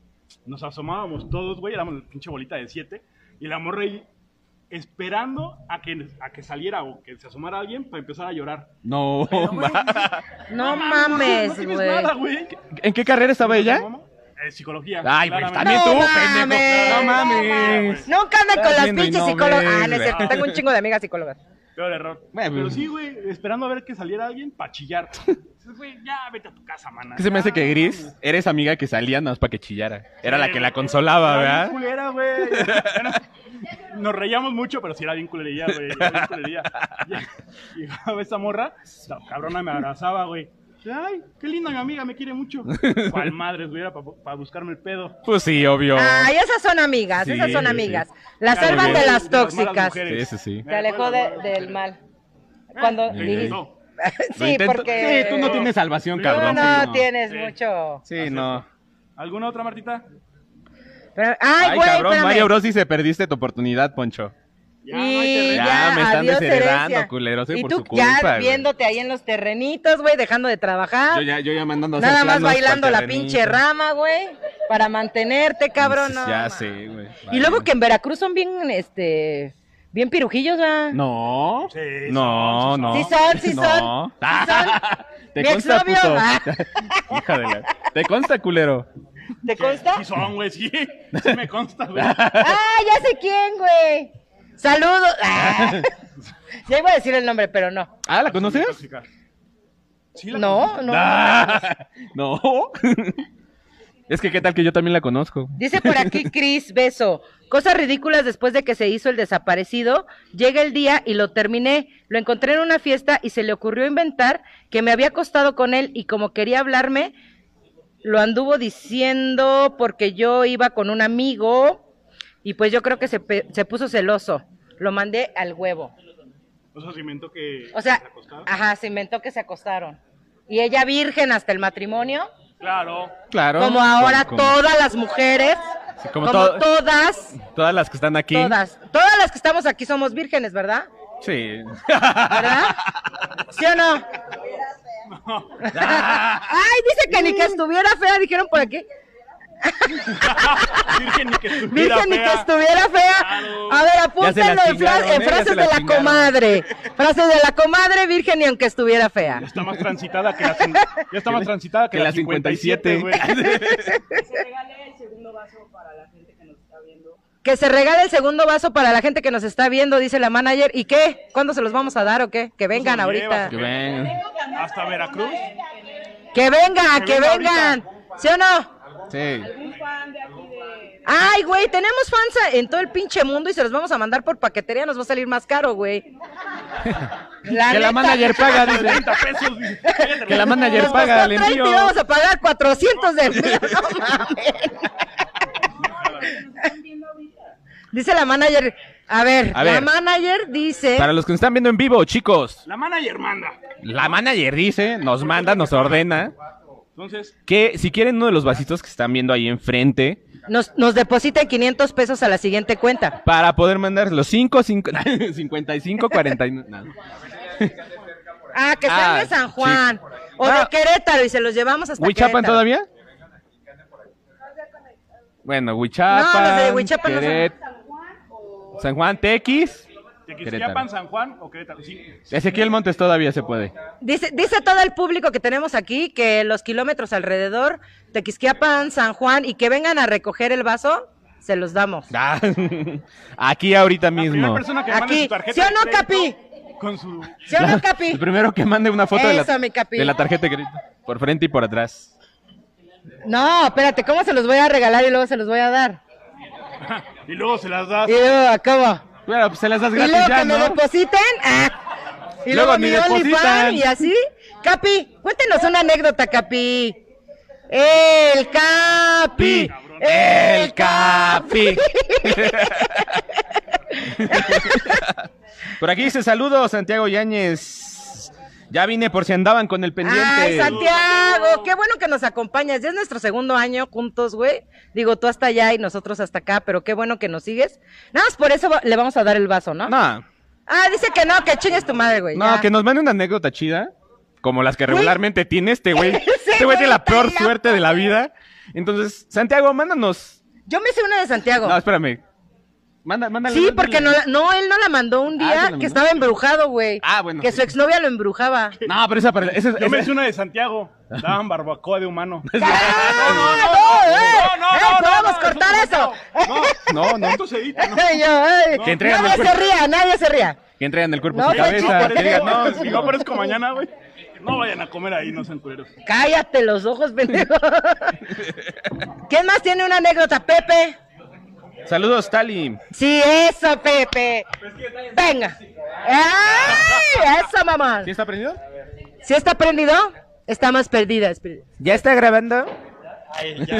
C: Nos asomábamos todos, güey, éramos la pinche bolita de siete. Y la morra ahí esperando a que, a que saliera o que se asomara alguien para empezar a llorar.
D: No, ma-
B: No
C: no
B: mames,
C: tienes
B: güey.
C: nada, güey.
D: ¿En qué carrera estaba ella?
B: Ah.
C: Eh, psicología.
D: Ay, güey,
C: claramente.
D: también
B: No
D: tú,
B: mames.
D: pendejo. No mames.
C: mames.
B: Nunca andan
D: Estás
B: con las
D: viendo y
B: pinches
D: no
B: psicólogas.
D: ves,
B: Ah, no es cierto.
D: güey.
B: Tengo un chingo de amigas psicólogas.
C: Peor error.
D: Bueno,
C: Pero
D: pues-
C: sí, güey, esperando a ver que saliera alguien para chillar. Dices, Güey, ya vete a tu casa, mana.
D: Que se me hace
C: Ya,
D: que Gris,
C: mames.
D: eres amiga que salía nada más para que chillara. Era la que la
C: Era
D: consolaba,
C: bien
D: ¿verdad?
C: culera, güey. Nos reíamos mucho, pero sí era bien culerilla, güey. Era bien culerilla. Y- y Llegaba esa morra, la cabrona me abrazaba, güey. Ay, qué linda mi amiga, me quiere mucho. Cual madres, güey, era para buscarme el pedo.
D: Pues sí, obvio.
B: Ay, esas son amigas,
D: Sí,
B: esas son
D: sí.
B: amigas. Las
C: Claro,
B: salvan
C: güey,
B: de las
C: malas
B: tóxicas.
C: mujeres.
D: Sí, sí, sí.
B: Te alejó de- del mal. Cuando
C: Lo
D: Lili-
C: intentó.
D: Lo
B: Sí,
D: intento-
B: porque
D: Sí, tú no tienes salvación,
C: No,
B: Tú
D: cabrón.
B: no
D: sí,
B: tienes
C: Sí.
B: mucho.
D: Sí, no.
C: ¿Alguna otra, Martita?
B: Pero- ay,
D: Ay,
B: güey,
D: cabrón,
B: espérame.
D: Mario Bros. dice, perdiste tu oportunidad, Poncho.
C: Ya, no hay
B: Y
C: terreno.
D: Ya, me están
B: adiós,
D: desheredando,
B: herencia.
D: culeros, eh,
B: Y
D: por
B: tú
D: su culpa,
B: ya
D: güey.
B: viéndote ahí en los terrenitos, güey, dejando de trabajar.
D: Yo ya, yo ya mandando a hacer
B: Ah, Nada más
D: planos
B: bailando
D: pa'l
B: la
D: terrenito.
B: pinche rama, güey, para mantenerte, cabrón. no
D: ya
B: mames.
D: sé, güey.
B: Y luego que en Veracruz son bien, este, bien pirujillos, ¿verdad?
D: No.
C: Sí,
D: no,
C: son, sí
D: no.
B: Sí son, sí son.
D: No.
B: Sí son.
D: Te
B: Mi
D: consta,
B: exnovio,
D: puto.
B: ah.
D: Hija de la... Te consta, culero.
B: ¿Te consta?
C: Sí son, güey, sí. Sí me consta, güey.
B: ¡Ah, ya sé quién, güey! ¡Saludos! Ah. Ya iba a decir el nombre, pero no.
D: Ah, ¿la conoces?
C: Tóxica. Sí la
B: No, no.
D: Ah, no. es que qué tal que yo también la conozco.
B: Dice por aquí Cris Beso. Cosas ridículas después de que se hizo el desaparecido. Llega el día y lo terminé. Lo encontré en una fiesta y se le ocurrió inventar que me había acostado con él y como quería hablarme, lo anduvo diciendo porque yo iba con un amigo y pues yo creo que se, pe- se puso celoso. Lo mandé al huevo.
C: O sea, se inventó que.
B: O sea,
C: que la acostaba.
B: ajá, se inventó que se acostaron. Y ella virgen hasta el matrimonio,
C: Claro.
D: Claro.
B: como ahora
D: como- como-
B: todas las mujeres,
D: Sí, como
B: como,
D: to-
B: todas,
D: Todas las que están aquí.
B: todas, todas las que estamos aquí somos vírgenes, ¿verdad?
D: Sí.
B: ¿Verdad? ¿Sí o no? Ay, dice que ni que estuviera fea, dijeron por aquí.
C: Virgen ni que estuviera.
B: Virgen ni que
C: fea.
B: estuviera fea.
C: Claro.
B: A ver,
D: Ya se
B: apúntenlo
D: la
B: en, fra-
D: chingaron,
B: en
D: ¿eh? Ya se
B: frases
D: la
B: de la
D: chingaron.
B: comadre. Frases de la comadre, virgen ni aunque estuviera fea.
C: Ya está más transitada que la. cin- Ya está más transitada que,
D: Que la
C: la 57,
D: 57,
C: güey.
B: Que se regale el segundo vaso para la gente que nos está viendo, dice la manager. ¿Y qué? ¿Cuándo se los vamos a dar o qué? Que vengan
C: lo
B: ahorita.
C: llevas,
D: Que ven.
C: Hasta Veracruz.
B: Que vengan,
C: pues, Que
B: que
C: venga
B: vengan. ¿Sí o no?
D: Sí.
B: Ay, güey, tenemos fans en todo el pinche mundo y se los vamos a mandar por paquetería. Nos va a salir más caro, güey. La
D: que la
B: neta.
D: manager paga, dice.
C: 30 pesos. dice.
D: Que la manager
B: Nos
D: paga
B: costó
D: el
B: 30 y
D: envío.
B: vamos a pagar 400 de envío. No mames. Dice la manager. A ver,
D: A ver.
B: la manager dice.
D: Para los que nos están viendo en vivo, chicos,
C: La manager manda.
D: la manager dice, nos manda, nos ordena,
C: Entonces,
D: que si quieren uno de los vasitos que están viendo ahí enfrente,
B: Nos, nos depositan 500 pesos a la siguiente cuenta.
D: para poder mandar los 5, 55, 49. no.
B: Ah, que sean
D: Ah,
B: de San Juan o
D: Ah.
B: de Querétaro y se los llevamos hasta
D: ¿Huichapan
B: Querétaro.
D: todavía? Bueno, Huichapan,
B: No, los de Huichapan no son-
D: Queret- San Juan, Tequis, Querétaro.
C: Tequisquiapan, San Juan o Querétaro. Sí.
D: Ezequiel Montes todavía se puede.
B: Dice, dice todo el público que tenemos aquí que los kilómetros alrededor de Quisquiapan, San Juan y que vengan a recoger el vaso, se los damos.
D: Ah, Aquí ahorita
C: La primera
D: mismo.
C: persona que
B: Aquí.
C: mande su tarjeta.
B: ¿Sí o no,
C: de crédito Con su.
B: ¿Sí o no,
D: El
B: Capi?
D: primero que mande una foto de
B: Eso,
D: la,
B: mi capi.
D: de la tarjeta de crédito, por frente y por atrás.
B: No, espérate, ¿cómo se los voy a regalar y luego se los voy a dar?
C: Y luego se las das.
B: Y luego acabo.
D: Bueno, pues se las das
B: Y
D: gratis
B: luego
D: ya,
B: que me
D: ¿no?
B: depositen. ah. Y
D: Luego
B: luego,
D: ni
B: mi
D: depositan.
B: OnlyFans y así. Capi, cuéntenos una anécdota, Capi. El Capi.
D: El Capi. Por aquí dice saludos, Santiago Yáñez. Ya vine por si andaban con el pendiente.
B: Ay, Santiago, qué bueno que nos acompañas. Ya es nuestro segundo año juntos, güey. Digo, tú hasta allá y nosotros hasta acá, pero qué bueno que nos sigues. Nada más por eso va- le vamos a dar el vaso, ¿no?
D: No,
B: Ah, dice que no, que chingues tu madre, güey.
D: no,
B: ya.
D: que nos mande una anécdota chida, como las que regularmente tiene este güey.
B: Sí.
D: Este güey tiene la
B: está
D: peor
B: loco,
D: suerte de la
B: güey.
D: vida. Entonces, Santiago, mándanos.
B: Yo me sé una de Santiago.
D: No, espérame. Manda, mándale.
B: sí,
D: mándale.
B: porque no, la- no, él no la mandó un
D: Ah, ¿se la
B: día
D: mandó?
B: que estaba embrujado, güey.
D: Ah, bueno,
B: Que
D: sí.
B: su exnovia lo embrujaba.
D: No, pero esa para. Esa,
C: Yo me
D: esa-
C: hice una de Santiago. Daban barbacoa de humano.
B: ¡Ah, no, eh! ¡Eh, podemos cortar eso!
D: No, no.
C: Esto se edita, ¿no?
B: Yo, eh,
D: Que entregan el
B: nadie se
D: cuerpo.
B: ría, nadie se ría.
D: Que entregan el cuerpo
B: No,
D: sin
B: fue
D: cabeza.
B: chiste.
D: que digan, no,
C: si no aparezco mañana, güey. No vayan a comer ahí, no sean culeros.
B: Cállate los ojos, pendejo. ¿Quién más tiene una anécdota, Pepe?
D: Saludos, Tali.
B: Sí, eso, Pepe. Venga. ¡Ay! Eso, mamá.
D: ¿Sí está prendido?
B: Si está prendido, está más perdida. espíritu.
D: ¿Ya está grabando?
F: Ay, ya.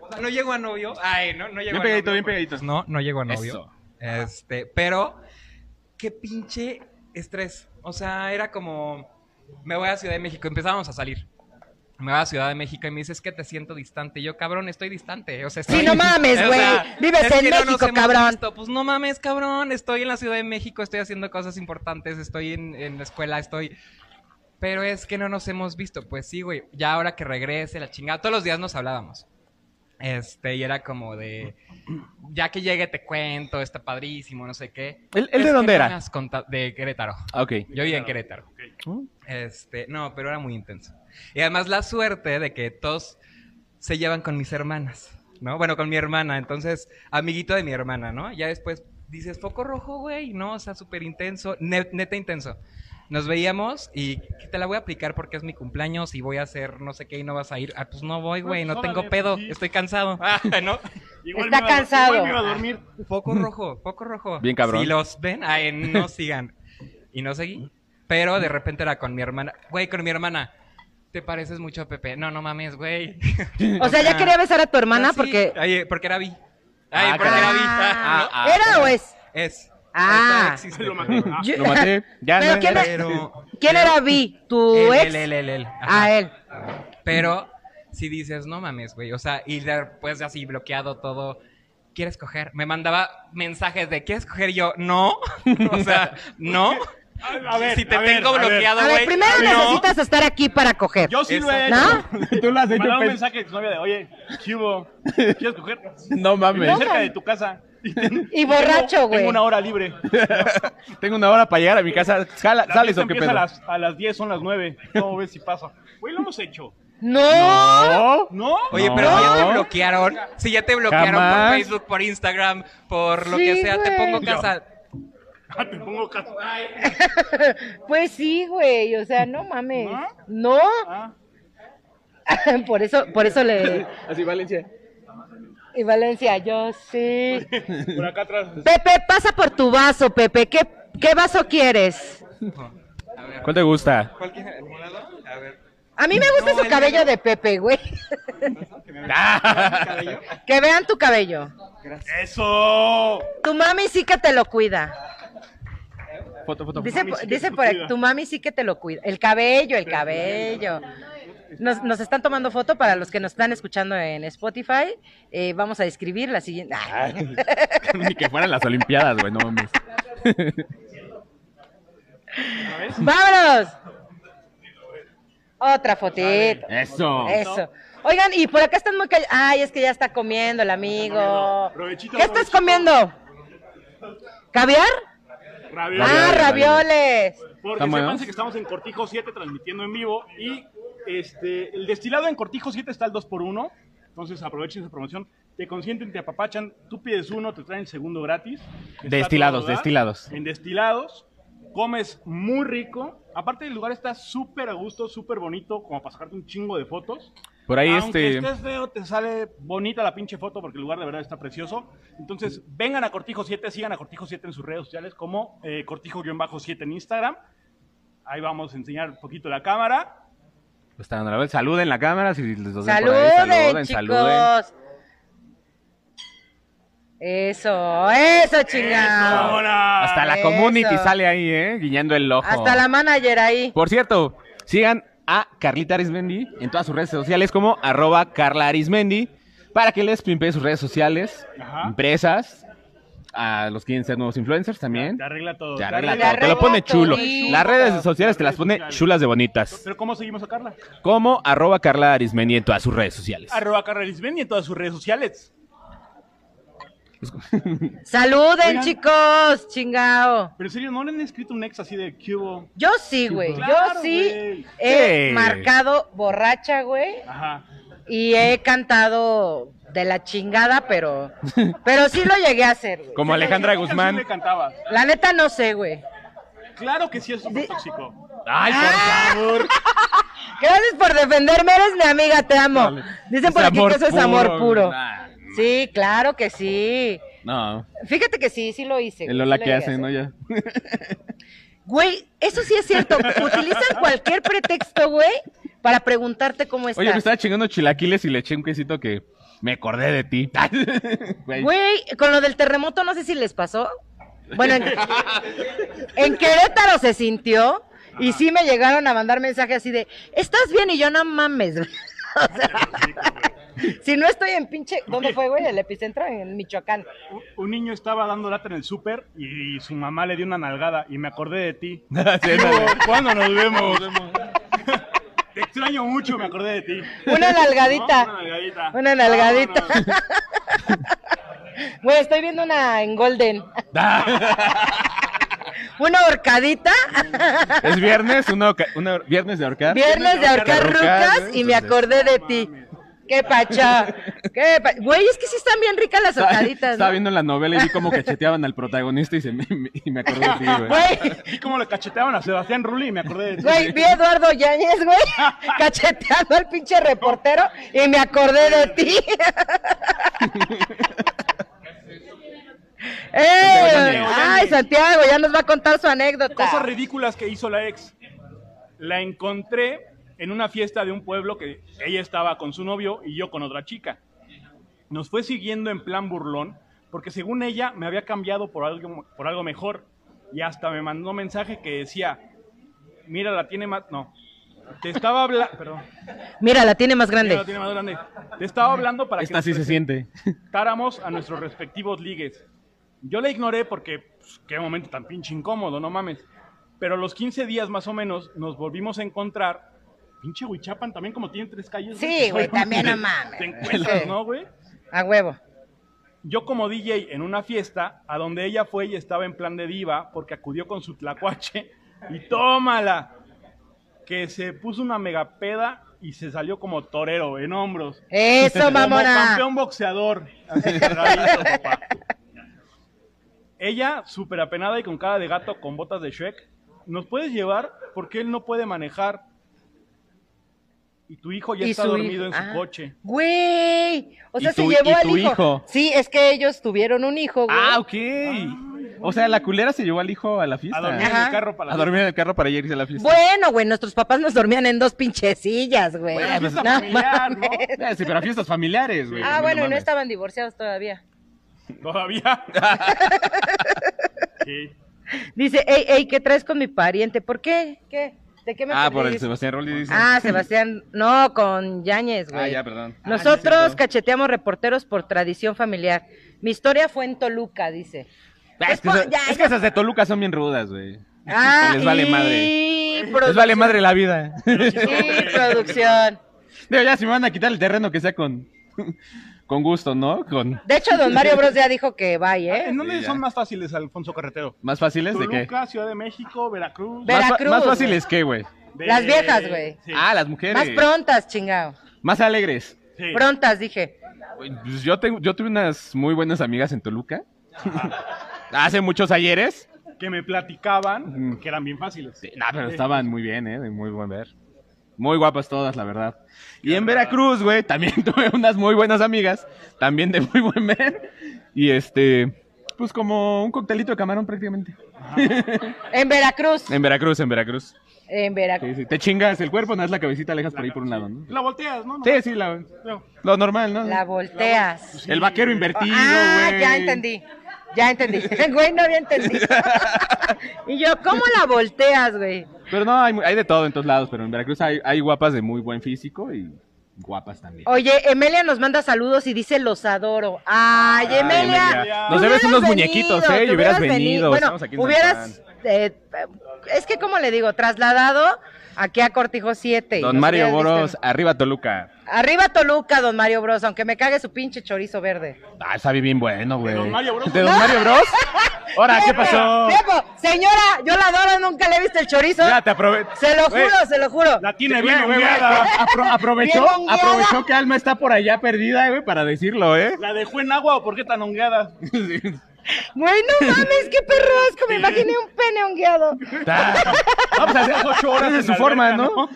F: O sea, no llego a novio. Ay, no, no llego
D: Bien
F: a
D: pegadito,
F: novio.
D: bien pegadito.
G: No, no llego a novio.
D: Eso.
G: Este, pero qué pinche estrés. O sea, era como me voy a Ciudad de México, empezábamos a salir. Me voy a Ciudad de México y me dices que te siento distante. Y yo, cabrón, estoy distante. O sea, estoy...
B: Sí, no mames,
G: O
B: güey.
G: sea,
B: Vives
G: es
B: en
G: que no nos
B: México,
G: hemos
B: cabrón.
G: visto. Pues no mames, cabrón. Estoy en la Ciudad de México, estoy haciendo cosas importantes, estoy en, en la escuela, estoy. Pero es que no nos hemos visto. Pues sí, güey. Ya ahora que regrese, la chingada. Todos los días nos hablábamos. Este, y era como de. Ya que llegue, te cuento, está padrísimo, no sé qué.
D: ¿Él- él de
G: Es que
D: dónde
G: no
D: era?
G: me has contado- de Querétaro.
D: Ah, ok.
G: Yo vivía en Querétaro.
D: Oh.
G: Este, no, pero era muy intenso. Y además la suerte de que todos se llevan con mis hermanas, ¿no? Bueno, con mi hermana, entonces, amiguito de mi hermana, ¿no? Ya después dices, foco rojo, güey, ¿no? O sea, súper intenso, ne- neta intenso. Nos veíamos y te la voy a aplicar porque es mi cumpleaños y voy a hacer no sé qué y no vas a ir. Ah, pues no voy, güey,
C: pues,
G: no tengo
C: órale,
G: pedo,
C: pues sí.
G: estoy cansado, Ah, ¿no?
B: Está
C: me iba a-
B: cansado.
C: Igual me iba a dormir.
G: Foco rojo, foco rojo.
D: Bien cabrón.
G: Si los ven, ay, no sigan. Y no seguí. Pero de repente era con mi hermana. Güey, con mi hermana. Te pareces mucho a Pepe. No, no mames, güey.
B: O sea, ya quería besar a tu hermana
G: Ah, Sí,
B: porque.
G: Ay, porque era vi. Ay,
D: Ah,
G: porque
D: caray.
G: era vi.
B: Ah,
G: Ah,
B: ¿Era o es?
G: no, Es.
B: Ah.
G: Esta existe,
C: Lo
G: pero-
C: maté. Ah,
B: Yo-
D: Lo maté. Ya
B: Pero
D: no
B: ¿quién
D: era.
B: es?
G: Pero.
B: ¿Quién era Vi? ¿Tu
G: Él,
B: ex?
G: él, él, él, él. Ajá.
B: A él.
G: Pero si dices, no mames, güey. O sea, y después de así bloqueado todo, ¿quieres coger? Me mandaba mensajes de, ¿quieres coger? Y yo, no. o sea, no.
C: a ver,
G: si te
C: a ver,
G: tengo
C: a ver.
G: bloqueado,
B: A
G: güey.
B: ver, primero
G: no.
B: necesitas estar aquí para coger.
C: Yo sí lo he hecho.
B: ¿No?
D: Tú lo has
C: Me
D: hecho, pues.
C: Mandaba un
D: pe-
C: mensaje a tu novia de, oye, ¿qué hubo? ¿Quieres coger?
D: No mames.
C: Vivo cerca de tu casa. Y, ten-
B: Y borracho,
C: tengo-
B: güey.
C: Tengo una hora libre.
D: Tengo una hora para llegar a mi casa. Jala,
C: La
D: ¿Sales
C: fiesta
D: o qué
C: empieza
D: pedo?
C: A las, a las 10 son las 9. ¿Cómo ves si pasa? Güey, lo hemos hecho.
B: No.
D: Oh.
C: ¿No? Ah,
G: Oye,
D: No.
G: pero si ya te bloquearon, si ya te bloquearon
D: Jamás.
G: por Facebook, por Instagram, por lo
B: Sí,
G: que sea, te
B: güey.
G: pongo casa.
C: Ah, te pongo caso.
B: Pues sí, güey. O sea, no mames. No.
C: Ah.
B: Por eso, por eso le.
D: Así, Valencia.
B: Y Valencia, yo sí.
C: Por acá atrás.
B: Pepe, pasa por tu vaso, Pepe. ¿Qué, qué vaso quieres?
D: ¿Cuál te gusta?
G: ¿Cuál quieres? ¿El morado? A ver.
B: A mí me gusta
G: No,
B: su
G: el
B: cabello
G: negro.
B: de Pepe, güey.
D: Ah.
G: ¿Cabello?
B: Que vean tu cabello.
C: ¡Eso!
B: Tu mami sí que te lo cuida.
D: Foto, foto.
B: Dice,
C: mami
B: po-
C: sí que
B: dice
C: te lo
B: por aquí,
C: cuida.
B: tu mami sí que te lo cuida. El cabello, el cabello. Nos, nos están tomando foto para los que nos están escuchando en Spotify. Eh, vamos a escribir la siguiente. ¡Ah! Ay.
D: Ni que fueran las Olimpiadas, güey, no mames.
B: ¡Vámonos! Otra fotito.
D: Eso.
B: Eso. Oigan, y por acá están muy callados. Ay, es que ya está comiendo el amigo.
C: Provechito,
B: ¿Qué estás
C: provechito.
B: comiendo? ¿Caviar?
C: Rabiola.
B: Ah,
D: Ravioles,
B: ravioles.
C: Porque
D: ¿Está bueno?
C: sépanse que estamos en Cortijo 7 transmitiendo en vivo y este el destilado en Cortijo 7 está al 2x1. Entonces aprovechen esa promoción. Te consienten, te apapachan, tú pides uno, te traen el segundo gratis. Está
D: Destilados,
C: todo, ¿verdad?
D: destilados.
C: En destilados, comes muy rico. Aparte el lugar está súper a gusto, súper bonito, como para sacarte un chingo de fotos.
D: Por ahí
C: Aunque
D: este.
C: estés feo, te sale bonita la pinche foto porque el lugar de verdad está precioso. Entonces, vengan a Cortijo 7, sigan a Cortijo 7 en sus redes sociales como eh, Cortijo-7 en Instagram. Ahí vamos a enseñar un poquito la cámara.
D: Está dando la vuelta. Saluden la cámara si les los ven por ahí,
B: Saluden, chicos. Eso, eso, chingado.
C: ¡Ahora!
D: Hasta la
B: Eso.
D: community sale ahí, ¿eh? Guiñando el ojo.
B: Hasta la manager ahí.
D: Por cierto, sigan a Carlita Arismendi en todas sus redes sociales como arroba Carla Arismendi para que les pimpee sus redes sociales,
C: Ajá.
D: empresas, a los que quieren ser nuevos influencers también.
C: Te arregla todo.
D: ¿Eh? Te arregla
B: arregla
D: todo, te lo
B: todo,
D: pone chulo.
B: sí.
D: Las redes sociales te las pone chulas de bonitas.
C: Pero ¿cómo seguimos a Carla?
D: Como arroba Carla Arismendi en todas sus redes sociales.
C: Arroba Carla Lisbeth y en todas sus redes sociales.
B: Saluden,
C: Oigan.
B: chicos, chingao.
C: Pero en serio, ¿no le han escrito un ex así de cubo?
B: Yo sí, güey.
C: Claro,
B: Yo sí
C: güey.
B: he
D: Sí.
B: marcado borracha, güey.
C: Ajá.
B: Y he cantado de la chingada, pero pero sí lo llegué a hacer, güey.
D: Como Alejandra
C: ¿Qué canción
D: Guzmán.
C: le cantabas?
B: La neta no sé, güey.
C: Claro que sí es súper tóxico.
D: Ay,
B: Ah,
D: por favor.
B: Gracias por defenderme, eres mi amiga, te amo. Dicen por
D: Es
B: aquí
D: amor
B: que eso es amor puro.
D: Nah,
B: Sí, claro que sí.
D: no,
B: Fíjate que sí, sí lo hice.
D: el
B: güey,
D: hola
B: sí lo
D: que
B: llegué a
D: hacen,
B: hacer.
D: ¿no? Ya.
B: Güey, eso sí es cierto. Utilizan cualquier pretexto, güey, para preguntarte cómo estás.
D: Oye, me estaba chingando chilaquiles y le eché un quesito que me acordé de ti. Güey.
B: Güey, con lo del terremoto no sé si les pasó. Bueno, en, en Querétaro se sintió y sí me llegaron a mandar mensajes así de, ¿estás bien? Y yo no mames. güey". O sea, si no estoy en pinche, ¿dónde fue, güey? El epicentro en Michoacán.
C: Un- Un niño estaba dando lata en el súper y su mamá le dio una nalgada y me acordé de ti.
D: Sí, ándale.
C: ¿Cuándo nos vemos? Te extraño mucho, me acordé de ti.
B: Una nalgadita.
C: No, Una nalgadita.
B: Una nalgadita.
C: Vámonos.
B: Güey, estoy viendo una en Golden.
D: Ah,
B: Una horcadita.
D: es viernes, una, oca- una hor- viernes de ahorcar.
B: Viernes de ahorcar
D: Ahorcar,
B: rucas
D: ¿eh?
B: y me
D: Entonces-
B: acordé de ti. Qué pacha. Qué pa- Güey, es que sí están bien ricas las
D: Estaba,
B: horcaditas.
D: estaba
B: ¿no?
D: viendo la novela y vi como cacheteaban al protagonista y, se me, me- y me acordé de ti, güey.
B: Güey,
C: Y como le cacheteaban a Sebastián Rulli y me acordé de ti.
B: güey, vi a Eduardo Yáñez, güey, cacheteando al pinche reportero y me acordé de ti. ¡Eh! ¡Ay, Santiago! Ya nos va a contar su
C: Cosas
B: anécdota.
C: ridículas que hizo la ex. La encontré en una fiesta de un pueblo que ella estaba con su novio y yo con otra chica. Nos fue siguiendo en plan burlón porque según ella me había cambiado por algo, por algo mejor y hasta me mandó un mensaje que decía, mira, la tiene más... No, te estaba hablando... Perdón,
B: Mira, la tiene más
C: "Mira, la
B: grande.
C: tiene más grande. Te estaba hablando para que...
D: Esta
C: nos
D: sí se siente.
C: presentáramos a nuestros respectivos ligues. Yo la ignoré porque, pues, qué momento tan pinche incómodo, no mames. Pero a los 15 días más o menos nos volvimos a encontrar. Pinche Huichapan también, como tiene tres calles.
B: Sí, güey,
C: pues,
B: también, no
C: obviamente,
B: mames.
C: Te encuentras,
B: Sí.
C: ¿no, güey?
B: A huevo.
C: Yo como DJ en una fiesta, a donde ella fue y estaba en plan de diva, porque acudió con su tlacuache, y tómala, que se puso una mega peda y se salió como torero, en hombros.
B: Eso,
C: Como
B: mamona.
C: campeón boxeador. Así cargadito, papá. Ella, súper apenada y con cara de gato con botas de Shrek, ¿nos puedes llevar? Porque él no puede manejar. Y tu hijo ya
B: Y
C: está
B: su
C: dormido
B: hijo.
C: en su
B: Ah.
C: coche.
B: Güey. O
D: Y
B: sea, se
D: tu-
B: llevó
D: y
B: al
D: tu
B: hijo.
D: hijo.
B: Sí, es que ellos tuvieron un hijo, güey.
D: Ah, ok. O sea, la culera se llevó al hijo a la fiesta.
C: A dormir en
B: Ajá.
C: el carro para la
D: A dormir en el carro para irse a la fiesta.
B: Bueno, güey, nuestros papás nos dormían en dos pinchecillas, güey.
C: Bueno, pues,
B: No
C: familiar, ¿no?
B: mames.
D: Ah, Eh, sí, pero a fiestas familiares, güey.
B: Ah, bueno, y no
D: mames.
B: estaban divorciados todavía.
C: Todavía. Sí.
B: Dice, ey, ey, ¿qué traes con mi pariente? ¿Por qué? ¿Qué? ¿De qué me
D: Ah, por el
B: perdí?
D: Sebastián Rolli dice.
B: Ah, Sebastián, no, con Yáñez,
D: Ah,
B: güey.
D: ya, perdón.
B: Nosotros cacheteamos reporteros por tradición familiar. Mi historia fue en Toluca, dice.
D: Es que,
B: Es
D: esas-
B: po- ya,
D: es que esas de Toluca son bien rudas, güey.
B: Ah,
D: Les vale
B: y
D: madre. Les
B: producción.
D: vale madre la vida.
B: Y producción.
D: Digo, ya, si me van a quitar el terreno que sea con, con gusto, ¿no? Con
B: De hecho, don Mario Bros ya dijo que vaya, ¿eh?
C: ¿En dónde
D: ya.
C: son más fáciles, Alfonso Carretero?
D: más fáciles de qué.
C: Toluca, Ciudad de México, Veracruz.
B: Ve-
D: Más, fa-
B: Veracruz,
D: más
B: güey.
D: fáciles que, güey.
C: de-
B: Las viejas, güey.
C: Sí,
D: Ah, las mujeres.
B: Más prontas, chingado.
D: Más alegres.
C: sí.
B: Prontas, dije.
D: Güey, pues yo, tengo, yo tuve unas muy buenas amigas en Toluca. Hace muchos ayeres.
C: Que me platicaban
D: Ujú.
C: que eran bien fáciles.
D: Sí, nah, pero estaban muy bien, ¿eh? De muy buen ver. Muy guapas todas, la verdad. Y en Veracruz, güey, también tuve unas muy buenas amigas, también de muy buen ver. Y este, pues como un coctelito de camarón prácticamente.
B: En Veracruz.
D: En Veracruz, en Veracruz.
B: En Veracruz.
D: Sí, sí. Te chingas el cuerpo, no es la cabecita, la dejas por ahí por un lado, ¿no?
C: La volteas, ¿no? No,
D: Sí, sí, la-
C: no.
D: lo normal, ¿no?
B: La volteas.
D: El vaquero invertido,
B: ah,
D: güey.
B: ya entendí. Ya entendí. güey, no había entendido. y yo, ¿cómo la volteas, güey?
D: Pero no, hay, mu- hay de todo en todos lados, pero en Veracruz hay, hay guapas de muy buen físico y Guapas también.
B: Oye, Emelia nos manda saludos y dice los adoro. Ay, Emelia.
D: Emelia.
B: tú
D: Nos
B: hubieras
D: debes unos muñequitos, ¿eh?
B: tú
D: Y hubieras venido.
B: Bueno,
D: Estamos aquí en San
B: hubieras. eh, es que, como le digo, trasladado aquí a Cortijo 7.
D: Don
B: Nos
D: Mario
B: hubieras
D: Boros,
B: visto en- este
D: arriba Toluca.
B: Arriba Toluca, don Mario Bros. Aunque me cague su pinche chorizo verde.
D: Ah, sabe bien bueno, güey.
C: Don Mario Bros.
D: ¿De Don Mario Bros? Ahora, ¿qué
B: Tiempo,
D: pasó?
B: tiempo. Señora, yo la adoro, nunca le he visto el chorizo.
D: Ya, te aprove-
B: Se lo
D: Güey,
B: juro, se lo juro.
C: La tiene
D: Tiene
C: bien hongueada.
D: aprovechó,
B: Bien hongueada.
D: aprovechó que Alma está por allá perdida, güey, para decirlo, ¿eh?
C: ¿La dejó en agua o por qué tan hongueada?
B: Güey, no mames, qué perrasco. Me imaginé un pene hongueado.
D: Vamos a hacer pues ocho horas de
C: en
D: su
C: la
D: forma,
C: alberca,
D: ¿no?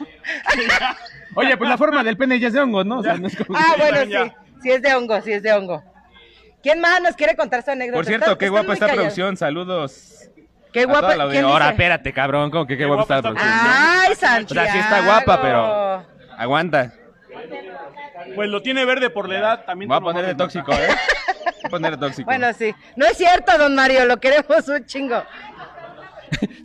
D: Oye, pues la forma del pene ya es de hongo, ¿no? O sea, no es como-
B: Ah,
C: Sí,
B: bueno,
C: también
B: sí. Sí es de hongo, sí es de hongo. ¿Quién más nos quiere contar su anécdota?
D: Por cierto,
B: Están-
D: qué
B: están
D: guapa
B: muy
D: esta
B: callados.
D: producción, saludos.
B: Qué
D: a toda la
B: guapa.
D: audiencia.
B: ¿quién
D: Ahora,
B: dice?
D: espérate, cabrón, como que qué guapa
C: guapa
D: está la
C: está
D: producción.
B: Ay, Santiago.
D: sea, sí está guapa, pero- Aguanta.
C: Pues lo tiene verde por la edad. También
D: Voy a
C: te lo
D: poner de
C: maman.
D: tóxico, ¿eh? Voy a poner de tóxico.
B: Bueno, sí. No es cierto, don Mario, lo queremos un chingo.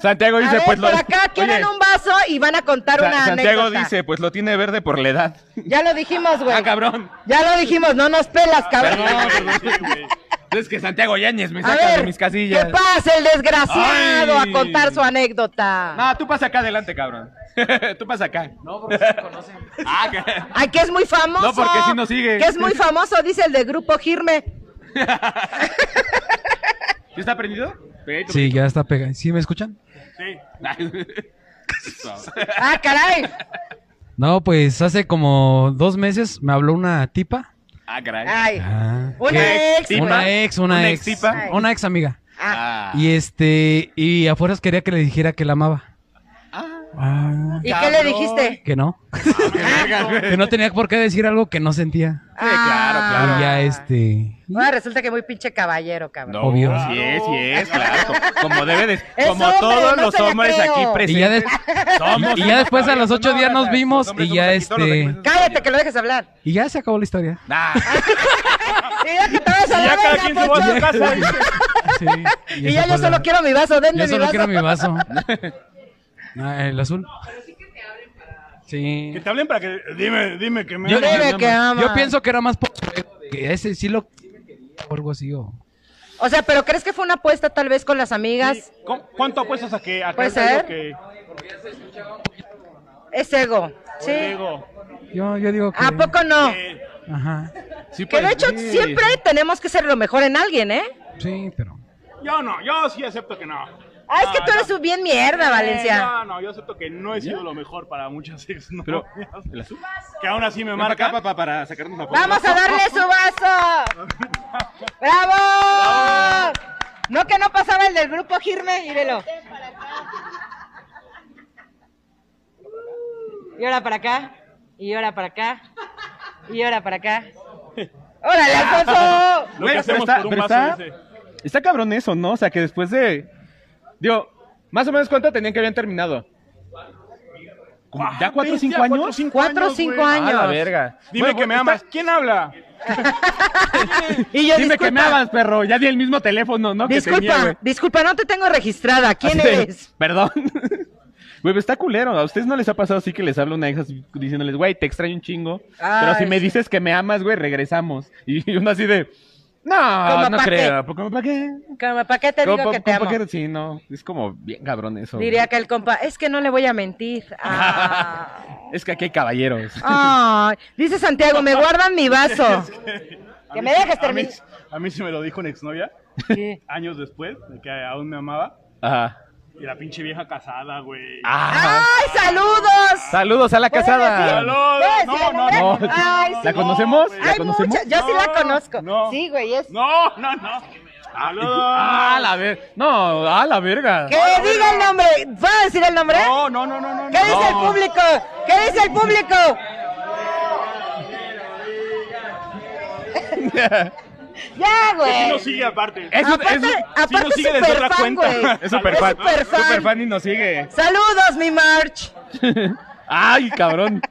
D: Santiago
B: A
D: dice,
B: ver,
D: pues lo...
B: por acá quieren
D: Oye,
B: un vaso y van a contar
D: Sa-
B: una
D: Santiago
B: anécdota.
D: dice, pues lo tiene verde por la edad.
B: Ya lo dijimos, güey.
D: Ah, cabrón.
B: Ya lo dijimos, no nos pelas, cabrón.
C: Sí, güey.
D: Es que Santiago Yáñez me
B: A
D: saca de
B: ver,
D: mis casillas.
B: que pase el desgraciado
D: Ay.
B: a contar su anécdota.
D: No, tú pasa acá adelante, cabrón. tú pasa acá.
F: No, porque se conocen.
D: Ah, ca-
B: Ay, que es muy famoso.
D: No, porque sí nos sigue.
B: Que es muy famoso, dice el de Grupo Girme.
D: ¿Ya está prendido?
F: Sí, ya está pegado. ¿Sí me escuchan?
C: Sí.
B: Ah, caray.
F: No, pues hace como dos meses me habló una tipa.
D: Ah, caray.
B: Ay.
F: Ah,
B: Una ex.
D: tipa.
B: güey.
F: Una ex, una,
D: Una
F: ex.
D: ex-tipa.
F: Una ex amiga.
B: Ah,
D: Ah.
F: Y este, y afuera quería que le dijera que la amaba. Ah,
B: ¿Y qué le dijiste?
F: que no. que Ah, no tenía por qué decir algo que no sentía.
D: claro, claro.
B: Ah.
F: Y ya este.
B: Ahora resulta que muy pinche caballero, cabrón.
D: No,
F: Obvio.
D: sí es, sí es, claro. co- Como debe de,
B: Es
D: como
B: hombre,
D: todos
B: no
D: los
B: se la
D: hombres
B: creo.
D: aquí
F: Y ya,
D: presentes.
F: des- y ya después a los ocho días nos vimos y ya este.
B: Cállate que lo dejes hablar.
F: Y ya se acabó la historia.
D: Nah.
B: Y ya que te vas a
C: Y
B: la
C: ya cada
B: verga,
C: quien se va a su
B: pocho.
C: casa. dice.
F: Sí,
B: Y
F: esa
B: ya yo
F: fue la-
B: solo quiero mi vaso, denme
F: Yo
B: mi
F: solo quiero
B: vaso.
F: mi vaso. Ah, el azul. Sí.
C: Que te hablen para que. Dime, dime que me.
B: Yo- Dime que ama.
F: yo pienso que era más por que ese sí lo o algo así o
B: O sea, pero ¿crees que fue una apuesta tal vez con las amigas?
C: ¿Y cu- ¿Cuánto apuestas a que a que
B: Puede
C: es algo
B: ser.
C: que
B: Es ego.
C: te
B: Sí.
C: digo?
F: yo, yo digo que
B: ¿A poco no?
C: Eh,
F: Ajá.
D: Pues Sí
B: Que de
D: puede
B: hecho
D: ser.
B: siempre tenemos que ser lo mejor en alguien, ¿eh?
F: Sí, pero
C: yo no, yo sí acepto que no. Eh,
B: Ah, es que tú eres un bien mierda, Valencia.
C: No, no, yo acepto que no he sido lo mejor para muchas ex no.
D: Pero, ¿el azul?
C: que aún así me
D: Ven para acá,
C: marca.
D: papá, para sacarnos la foto.
B: Vamos a darle su vaso. ¡Bravo! No que no pasaba el del grupo Girme, mírelo. Y ahora para acá, y ahora para acá, y ahora para acá. ¡Órale, Alfonso!
C: Lo que
D: Güey, pero
C: hacemos
D: está-
C: por un
D: pero
C: vaso
D: está-
C: ese.
D: Está cabrón eso, ¿no? O sea, que después de... Digo, más o menos cuánto tenían que habían terminado. ¿Como ¿Ya cuatro o
C: Bestia,
D: cinco
C: cuatro o
D: años?
C: cinco
B: Cuatro o
C: años,
B: cinco
C: güey.
B: años.
D: A Ah, la verga.
C: Dime
D: Bueno, pues,
C: que me
D: está-
C: amas. ¿Quién habla?
B: Y yo,
D: Dime
B: disculpa,
D: que me amas, perro. Ya di el mismo teléfono, ¿no? Que
B: disculpa,
D: tenía, güey.
B: disculpa, no te tengo registrada. ¿Quién
D: Así de,
B: eres?
D: Perdón. Güey, pero está culero. ¿A ustedes no les ha pasado así que les habla una ex así diciéndoles, güey, te extraño un chingo? pero si
B: Ay,
D: me
B: sí.
D: dices que me amas, güey, regresamos. Y uno así de, no,
B: ¿Cómo
D: no
B: pa' qué?
D: creo. ¿Cómo para qué?
B: Como, ¿Para qué te
D: ¿Cómo
B: digo
D: pa-
B: que te
D: cómo
B: amo?
D: pa' qué? Sí, no. Es como bien cabrón eso. güey.
B: Diría que el compa, es que no le voy a mentir. Ah.
D: Es que aquí hay caballeros.
B: Ay, dice Santiago, me guardan mi vaso.
C: A
B: Que
C: mí
B: me
C: sí-
B: dejes
C: a mí-
B: terminar.
C: A mí sí me lo dijo una exnovia,
B: ¿Qué?
C: años después, de que aún me amaba.
D: Ajá.
C: Y la pinche vieja casada, güey.
D: Ah.
B: ¡Ay, saludos!
D: Saludos a la
B: ¿Puedo
D: casada.
B: decir?
C: Saludos.
B: ¿Puedo decir
C: No,
B: el
C: no,
B: nombre?
D: no.
B: Ay,
D: ¿La
B: sí.
D: conocemos?
C: güey.
D: ¿La
B: Hay
D: conocemos?
B: muchas, yo sí la
C: No,
B: conozco.
C: no.
B: Sí, güey, es...
C: No, no, no. Saludos.
D: Ah, la ver... No, a la verga.
B: ¡Que diga el nombre! ¿Puedo decir el nombre?
C: No, no, no, no, no.
B: ¿Qué dice el público? ¿Qué dice el público? ya,
C: Sí
B: güey.
C: nos sigue aparte.
D: Es un-
B: Aparte-
D: es un-
B: aparte
C: nos sigue
B: es
C: desde otra
B: superfan,
C: cuenta.
B: güey.
D: Es super fan.
B: Es superfan.
D: y nos sigue.
B: Saludos, mi March.
D: Ay, cabrón.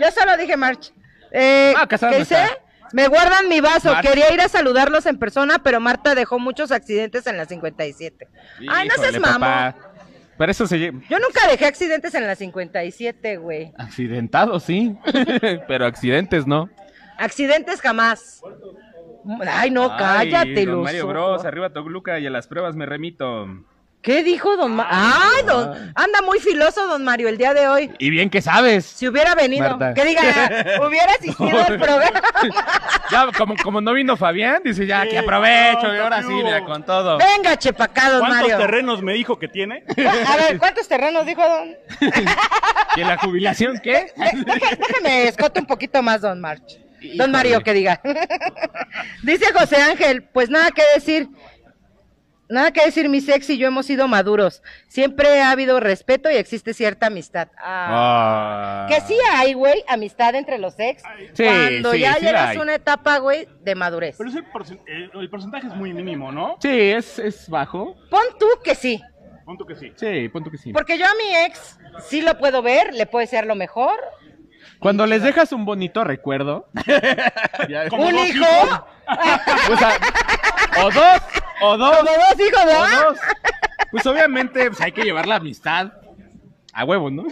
B: Yo solo dije March. Eh,
D: Ah, casada
B: ¿qué
D: no
B: dice?
D: está.
B: Me guardan mi vaso.
D: March.
B: Quería ir a saludarlos en persona, pero Marta dejó muchos accidentes en la 57. Ay, no
D: Híjole,
B: seas mamón.
D: papá. Para eso se lle-
B: Yo nunca dejé accidentes en la 57, güey.
D: Accidentado, sí. Pero accidentes no.
B: Accidentes jamás. Ay, no,
D: Ay,
B: cállate,
D: don
B: los
D: Mario Bros, arriba Toluca y a las pruebas me remito.
B: ¿Qué dijo don Mario? Ay,
D: Ah.
B: don... anda muy filoso don Mario el día de hoy.
D: Y bien que sabes.
B: Si hubiera venido,
D: Marta.
B: que diga, hubiera asistido al programa.
D: Ya, como, como no vino Fabián, dice ya,
C: Sí,
D: que aprovecho. Y
C: no,
D: ahora
C: no,
D: sí,
C: no.
D: mira, con todo.
B: Venga, chepacá, don
C: ¿Cuántos
B: Mario.
C: terrenos me dijo que tiene?
B: A ver, ¿cuántos terrenos dijo don?
D: ¿Y la jubilación qué?
B: Eh, deja- déjame escote un poquito más, don March. Don Mario, que diga. Dice José Ángel, pues nada que decir. Nada que decir, mi sexy y yo hemos sido maduros. Siempre ha habido respeto y existe cierta amistad. Ah.
D: Ah.
B: Que sí hay, güey, amistad entre los ex.
D: Sí,
B: cuando
D: sí,
B: ya
D: sí la
B: llegas
D: hay.
B: a una etapa, güey, de madurez.
C: Pero es el, porcen- el- el porcentaje es muy mínimo, ¿no?
D: Sí, es, es bajo.
B: Pon tú que sí.
C: Punto que sí.
D: Sí, punto que sí.
B: Porque yo a mi ex sí lo puedo ver, le puede ser lo mejor.
D: Cuando les dejas un bonito recuerdo.
C: Como
B: un
C: dos
B: hijo,
C: hijos.
D: o, sea, o dos, o dos,
B: como dos hijos,
D: o
B: ¿verdad?
D: dos. Pues obviamente pues, hay que llevar la amistad a huevo, ¿no?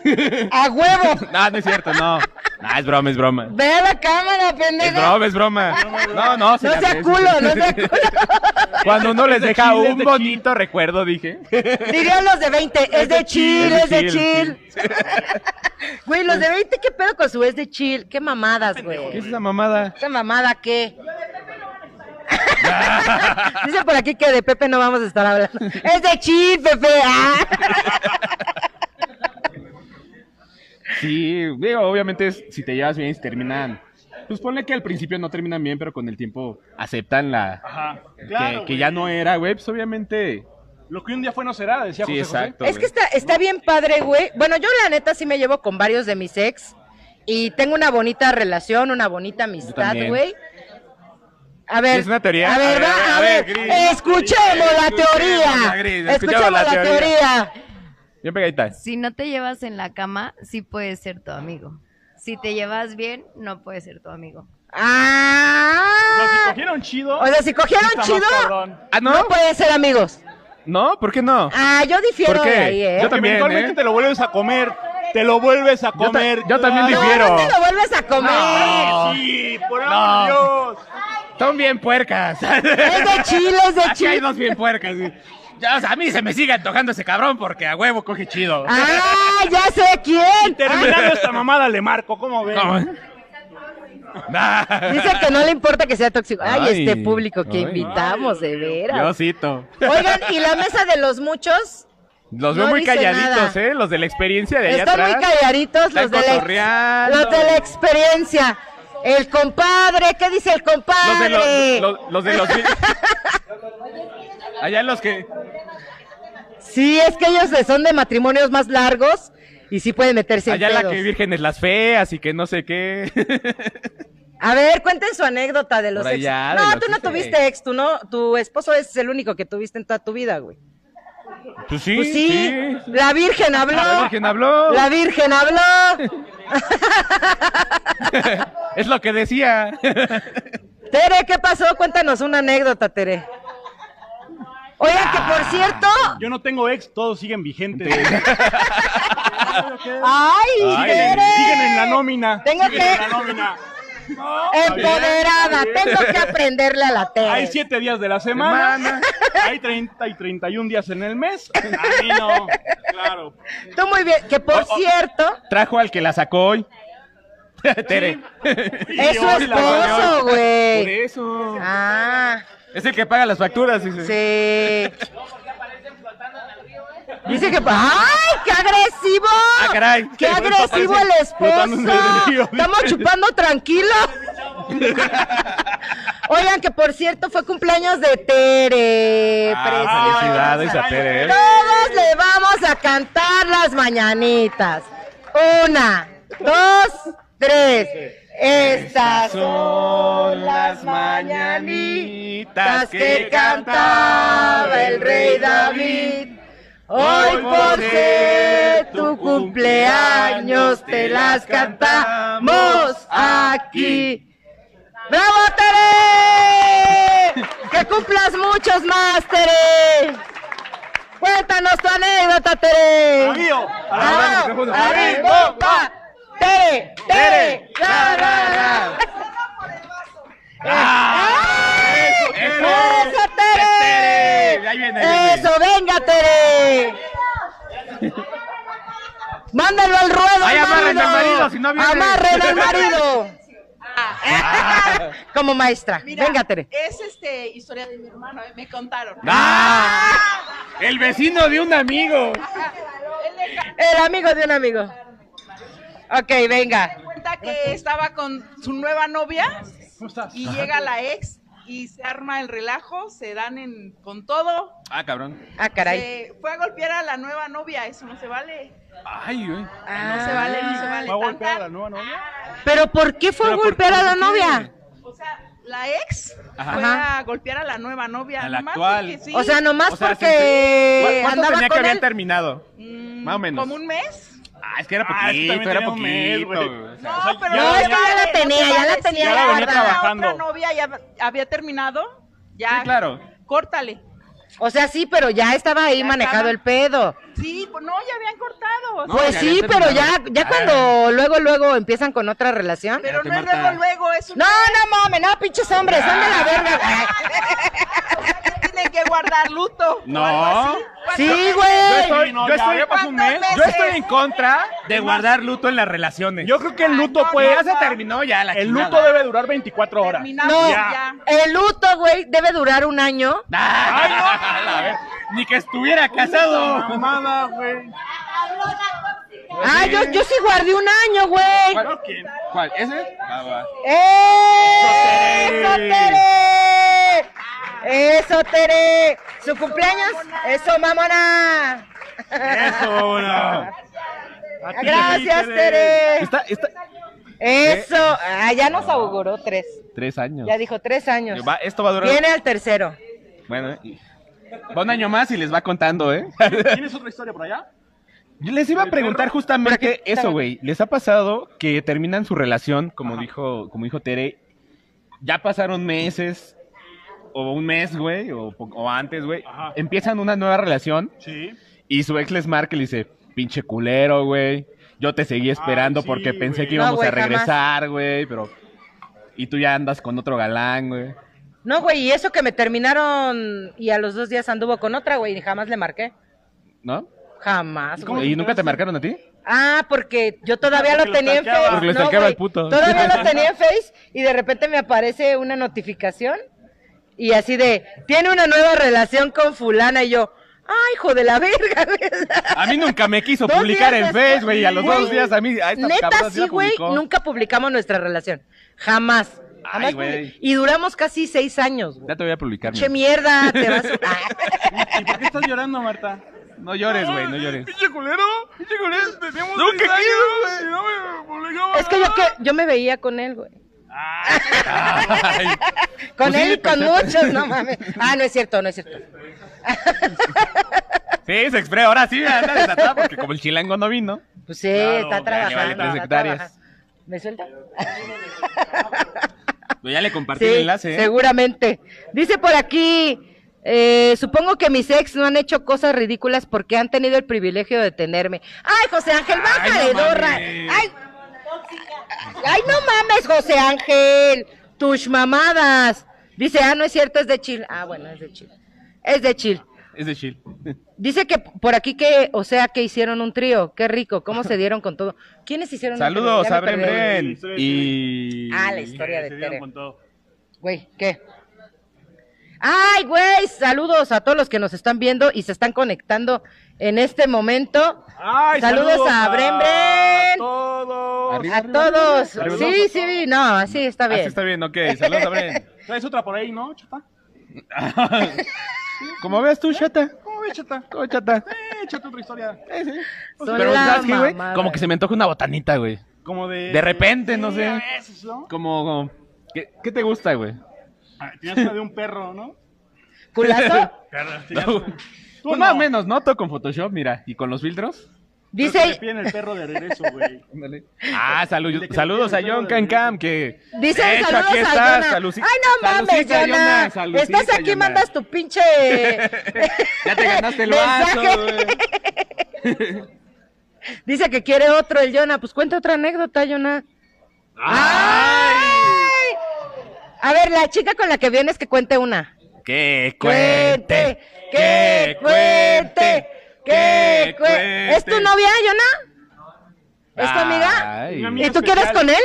B: A huevo.
D: no, no es cierto, no. No, es broma, es broma.
B: Ve a la cámara,
D: Es
B: pendejo.
D: broma, es broma. No, no, se
B: No
D: la
B: sea
D: aprecia.
B: culo, no sea culo.
D: Cuando uno les deja
C: chill, es
D: un
C: de
D: bonito recuerdo, dije.
B: Dirían los de 20, es de chill, es de
D: chill.
B: chill. Güey, los de 20, ¿qué pedo con su es de chill? Qué mamadas,
D: ¿Qué es
B: güey.
D: esa mamada?
B: Esa mamada, ¿qué? Dice por aquí que de Pepe no vamos a estar hablando. Es de chill, Pepe. ah.
D: Sí, digo, obviamente es- si te llevas bien, si terminan. Pues ponle que al principio no terminan bien, pero con el tiempo aceptan la,
C: Ajá.
D: que-
C: Claro,
D: que,
C: güey.
D: ya no era, güey, pues obviamente.
C: Lo que un día fue no será, decía
D: Sí,
C: José José.
D: exacto.
B: Es que está, está bien padre, güey. Bueno, yo la neta sí me llevo con varios de mis ex y tengo una bonita relación, una bonita amistad,
D: también.
B: güey. A ver,
D: ¿Es una teoría?
B: A ver, va, a, ver,
D: Gris.
B: escuchemos la
D: Escuchemos la
B: teoría.
D: Gris,
B: Escuchemos,
D: escuchemos la
B: la,
D: teoría.
B: teoría.
D: Yo pegadita.
E: Si no te llevas en la cama, sí puedes ser tu amigo. Si te llevas bien, no puedes ser tu amigo.
C: Los que
B: Ah.
C: cogieron chido.
B: O sea, si cogieron
C: está más
B: chido,
C: cabrón.
D: Ah, ¿no?
B: no pueden ser amigos.
D: ¿No? ¿Por qué no?
B: Ah, yo difiero
D: ¿Por qué?
B: de ahí, ¿eh?
D: Yo
C: Porque
D: también,
C: eventualmente
D: ¿eh?
C: te lo vuelves a comer. Te lo vuelves a
D: ta-
C: comer.
D: yo también
C: Claro.
D: difiero.
B: No, no te lo vuelves a comer.
C: Ah, Sí, por
D: No.
C: amor de Dios.
D: Son bien puercas.
B: Es de chile, es de
D: Aquí hay
B: chile.
D: dos bien puercas. güey. Ya, o sea, a mí se me sigue antojando ese cabrón porque a huevo coge chido.
B: Ah, ya sé quién. Ah,
C: Terminando esta mamada le marco, ¿cómo ven?
D: No. Nah.
B: Dice que no le importa que sea tóxico. Ay,
D: Ay,
B: este público que
D: ay.
B: invitamos, de
D: Yo
B: veras.
D: cito.
B: Oigan, y la mesa de los muchos
D: Los veo
B: No
D: muy
B: dice
D: calladitos,
B: nada.
D: ¿eh? Los de la experiencia de allá
B: están muy
D: atrás.
B: calladitos,
D: Están
B: los de, la, ex-
D: cotorreando.
B: los de la experiencia. El compadre, ¿qué dice el
D: Los de
B: compadre?
D: los, los- los de los... Allá los que...
B: Sí, es que ellos son de matrimonios más largos y sí pueden meterse en
D: Allá la
B: pedos.
D: que vírgenes las feas y que no sé qué.
B: A ver, cuenten su anécdota de los
D: Por
B: ex.
D: allá, de
B: No,
D: los
B: tú no
D: ex.
B: tuviste ex, tú no, tu esposo es el único que tuviste en toda tu vida, güey.
D: Pues sí,
B: Pues sí, la Virgen habló.
D: La Virgen habló.
B: La Virgen habló.
D: Es lo que decía.
B: Tere, ¿qué pasó? Cuéntanos una anécdota, Tere. Oigan, que por cierto.
C: Yo no tengo ex, todos siguen vigentes.
B: ¡Ay,
D: Ay,
B: Tere!
C: siguen, siguen en la nómina.
B: Tengo
C: siguen
B: que-
C: en la nómina.
B: Empoderada, tengo que aprenderle a la Tere.
C: Hay siete días de la semana. Hay 30 y 31 días en el mes. A mí no. Claro.
B: Tú muy bien, que por cierto,
D: Trajo al que la sacó hoy. Tere.
C: Y
B: es su
C: hoy la reunión.
B: esposo,
D: Por
B: güey.
D: eso.
B: Ah,
D: Es el que paga las facturas. dice.
B: sí. Dice que. ¡Ay, qué agresivo!
D: Ah, caray.
B: ¡Qué agresivo el
D: Flotando en el río,
B: esposo! Estamos chupando tranquilo. Oigan, que por cierto fue cumpleaños de Tere.
D: Ah,
B: preciosa.
D: felicidades a Tere. ¿eh?
B: Todos le vamos a cantar las mañanitas. Una, dos, tres. Estas son las mañanitas que cantaba el rey David. Hoy por ser tu cumpleaños te las cantamos aquí. ¡Bravo, Tere! ¡Que cumplas muchos más, Tere! ¡Güey! Cuéntanos tu anécdota, Tere.
C: Amigo, a la hora del
B: Ah,
C: micrófono.
B: ahí,
C: Amigo,
B: va. Tere, Tere, la, la, la.
C: ¡Eso, Tere!
B: Eso, Tere.
D: Ahí viene, ahí viene.
B: Eso, venga, Tere. Mándalo al ruedo.
D: Ay,
B: al
D: amarren al marido, si no viene.
B: Amarren al marido. Como maestra.
H: Mira,
B: venga, Tere.
H: Es este historia de mi hermano, eh, me contaron.
D: ¡Ah! El vecino de un amigo.
B: El amigo de un amigo. Ok, venga.
H: Me cuenta que estaba con su nueva novia y llega la ex y se arma el relajo, se dan en, con todo.
D: Ah, cabrón.
B: Ah, caray.
H: Se fue a golpear a la nueva novia, eso no se vale.
D: Ay, güey.
B: Ah.
H: No se vale, no se vale.
C: ¿Va a golpear a la
H: Tanta-
C: nueva novia?
B: Pero ¿por qué fue a
D: ¿Pero por
B: golpear
D: qué?
B: a la novia?
H: O sea, la ex
D: Ajá.
H: fue
B: Ajá.
H: a golpear a la nueva novia.
D: A la
H: nomás
D: actual.
H: porque sí.
B: O sea, nomás
D: O sea,
B: porque
D: ¿Cuánto
B: andaba
D: tenía que
B: con
D: haber
B: él.
D: terminado?
H: Mm,
D: más o menos.
H: Como un mes.
D: Ah, es que era
C: Ah, es que
D: poquito,
C: también
D: era
C: tenía un
D: poquito.
C: mes, güey.
D: güey. O sea,
H: No,
C: sea,
H: pero
C: ya
H: no
C: la
H: se
B: ya
C: venía-
B: la
H: vale, no
B: tenía, ya
H: se vale.
B: la tenía,
H: Si
C: ya la venía
H: otra
C: trabajando.
H: novia ya había terminado, ya.
D: Sí, claro.
H: Córtale.
B: O sea, sí, pero ya estaba ahí
H: Ya
B: manejado
H: estaba.
B: el pedo.
H: Sí, pues no, ya habían cortado. o
D: No,
H: sea,
B: pues
D: ya
B: sí,
D: habían
B: pero ya,
D: terminado.
B: ya cuando luego, luego empiezan con otra relación.
H: pero
D: Espérate,
H: no es
D: Marta.
H: luego, luego, es un
B: No, no mames, no, pinches hombres, son de la verga.
H: tienen que guardar luto.
D: No.
H: o algo
B: Sí,
H: así.
D: Yo
B: güey.
D: estoy,
C: no,
D: yo
C: ya
D: estoy-
C: había pasado un mes.
H: ¿Cuántas
D: yo estoy en
H: veces?
D: contra de guardar luto en las relaciones.
C: Yo creo que el luto
H: no,
C: puede...
D: ya se terminó ya la
C: El
D: chingada.
C: luto debe durar 24 horas.
H: Terminamos
B: No,
H: ya.
B: el luto, güey, debe durar un año.
D: Ay, no. A la vez. Ni que estuviera casado.
C: Mamada, güey.
B: Ah, yo, yo sí guardé un año, güey.
C: Claro que-
D: ¿Cuál? ¿Ese? Ah, va.
B: ¡Eso, Tere! ¡Eh! ¡Eso, Tere! ¿Su cumpleaños? ¡Eso, mamona!
C: Eso, vámonos. A ti,
B: Gracias,
C: Tere.
B: Tere.
D: Está, está...
B: Eso. Ah, ya nos auguró tres.
D: Tres años.
B: Ya dijo tres años.
D: Va- esto va a durar.
B: Viene al tercero.
D: Bueno, eh, y- va un año más y les va contando, ¿eh?
C: ¿Tienes otra historia por allá?
D: Yo les iba a preguntar justamente eso, güey. ¿Les ha pasado que terminan su relación, como dijo, como dijo Tere, ya pasaron meses o un mes, güey, o, po- o antes, güey?
C: Ajá.
D: Empiezan una nueva relación
C: Sí.
D: y su ex les marca y le dice, pinche culero, güey. Yo te seguí esperando
C: Ay, sí,
D: porque pensé
C: güey.
D: que íbamos
B: No, güey,
D: a regresar, güey, pero... Y tú ya andas con otro galán, güey.
B: No, güey, y eso que me terminaron y a los dos días anduvo con otra, güey, y jamás le marqué.
D: ¿No?
B: Jamás,
D: ¿Y,
B: güey.
D: nunca te marcaron a ti?
B: Ah, porque yo todavía
C: Porque
B: lo
C: lo
B: tenía en
C: stalkeaba.
B: Face.
D: Porque lo
B: No,
D: stalkeaba
B: güey,
D: el puto.
B: Todavía lo tenía en Face y de repente me aparece una notificación y así de, tiene una nueva relación con fulana y yo, ay, hijo de la verga. güey.
D: A mí nunca me quiso
B: Dos
D: publicar
B: días
D: en
B: después,
D: Facebook, güey. y A los dos días a mí. A esta cabrona
B: Neta,
D: la
B: sí, güey,
D: publicó.
B: nunca publicamos nuestra relación. Jamás.
D: Ay,
B: Jamás publi-
D: güey.
B: y duramos casi seis años, güey.
D: Ya te voy a publicar.
B: Che
D: mira.
B: mierda, te vas a... Ah.
C: ¿Y por qué estás llorando, Marta?
D: No llores, güey, no llores.
C: ¡Pinche culero! ¡Pinche culero! ¡Teníamos
D: Nunca
C: seis años,
D: quiero,
C: y no me publicaba
B: Es que yo, que yo me veía con él, güey.
D: Ay,
B: Con
D: Pues sí,
B: él y con
D: perfecto.
B: muchos, no mames. Ah, no es cierto, no es cierto.
D: sí, se expresa. Ahora sí, anda desatada porque como el chilango no vino.
B: Pues sí,
C: Claro,
B: está
C: ya
D: le vale
B: trabajando.
D: tres
B: está
D: hectáreas.
B: trabajando. ¿Me suelta?
D: Yo pues ya le compartí
B: Sí,
D: el enlace. ¿eh?
B: seguramente. Dice por aquí, eh, supongo que mis ex no han hecho cosas ridículas porque han tenido el privilegio de tenerme. Ay, José Ángel, baja de
D: no
B: dorra.
D: mames.
B: Ay, ay, no mames, José Ángel. Tus mamadas. Dice, ah, no es cierto, es de Chile. Ah, bueno, es de Chile. Es de Chile.
D: Es de chill.
B: Dice que por aquí que, o sea, que hicieron un trío. Qué rico, cómo se dieron con todo. ¿Quiénes hicieron un trío?
D: Saludos
B: Ya me
D: a Bren
B: perdí.
D: Bren.
C: Sí,
D: Y.
B: Ah, la historia de
C: Se dieron
B: Tere.
C: con todo.
B: Güey, ¿qué? Ay, güey, saludos a todos los que nos están viendo y se están conectando en este momento.
C: Ay,
B: saludos, a Bren Bren,
C: A todos.
D: Arriba,
B: a
D: arriba,
B: todos.
D: arriba.
B: Sí, sí, no, así está
D: Así
B: bien.
D: está bien, ok. Saludos a Bren.
C: ¿Traes otra por ahí, no, chata?
D: Como ves tú, chata.
C: ¿Cómo ves, chata?
D: Como chata.
C: Eh, échate otra historia.
D: Eh, sí.
B: Son
D: Pero
B: la
D: ¿sabes qué, güey?
B: mamada.
D: Como que se me antoja una botanita, güey.
C: Como de...
D: De repente, no
C: Sí,
D: sé.
C: a veces, ¿no?
D: Como. como- ¿Qué, ¿Qué te gusta, güey?
C: Ah, Tenías una de un perro, ¿no?
B: ¿Culazo?
C: Perro, tenías
D: No.
C: una-
D: Pues más o menos, ¿no? Todo con Photoshop, mira. Y con los filtros.
C: Creo
B: Dice-
C: que le piden el perro de regreso, güey.
D: Ah, salu-
C: De que
D: saludos a
C: me
D: John
C: pierdo
D: Can
C: de-
D: Cam, que...
B: Dice
D: De hecho,
B: saludos
D: aquí
B: a
D: estás,
B: Jonah.
D: saluci-
B: Ay, no mames,
D: salucita, Jonah,
B: Jonah.
D: salucita,
B: Estás aquí,
D: Jonah.
B: mandas tu pinche.
G: Ya te ganaste el
B: Mensaje.
G: vaso, güey.
B: Dice que quiere otro el Jonah. Pues cuenta otra anécdota, Jonah. A ver, la chica con la que vienes que cuente una.
D: ¡Que
B: Cuente, que cuente, que cuente. ¿Es tu novia, Jonah? ¿Es tu amiga?
D: Ay.
C: Una amiga
B: ¿Y tú quieres
C: especial.
B: con él?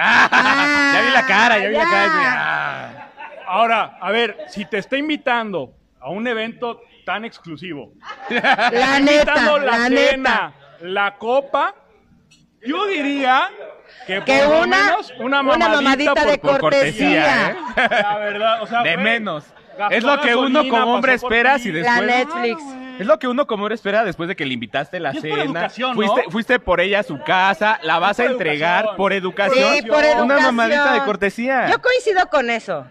D: Ah, ya vi la cara, ya vi la
B: ya.
D: cara. mira. Ah.
C: Ahora, a ver, si te está invitando a un evento tan exclusivo,
B: La neta,
C: invitando la,
B: la neta.
C: cena, la copa, yo diría que,
B: Que
C: por lo
B: una-
C: menos una
B: una
C: mamadita,
B: mamadita
C: por-
B: de
C: por
B: cortesía.
D: ¿eh?
C: La verdad, o sea,
D: De
C: güey,
D: menos.
C: gastó
D: Es lo que
C: gasolina,
D: uno como hombre
C: pasó por
D: espera
C: ti.
D: si
B: La
D: después...
B: Netflix.
D: Es lo que uno como hombre espera después de que le invitaste la
C: Y es por
D: cena.
C: educación, ¿no?
D: fuiste, fuiste por ella a su casa, la vas a
C: por
D: entregar
C: educación.
D: por educación.
B: Sí, por
D: Una
B: educación.
D: mamadita de cortesía.
B: Yo coincido con eso.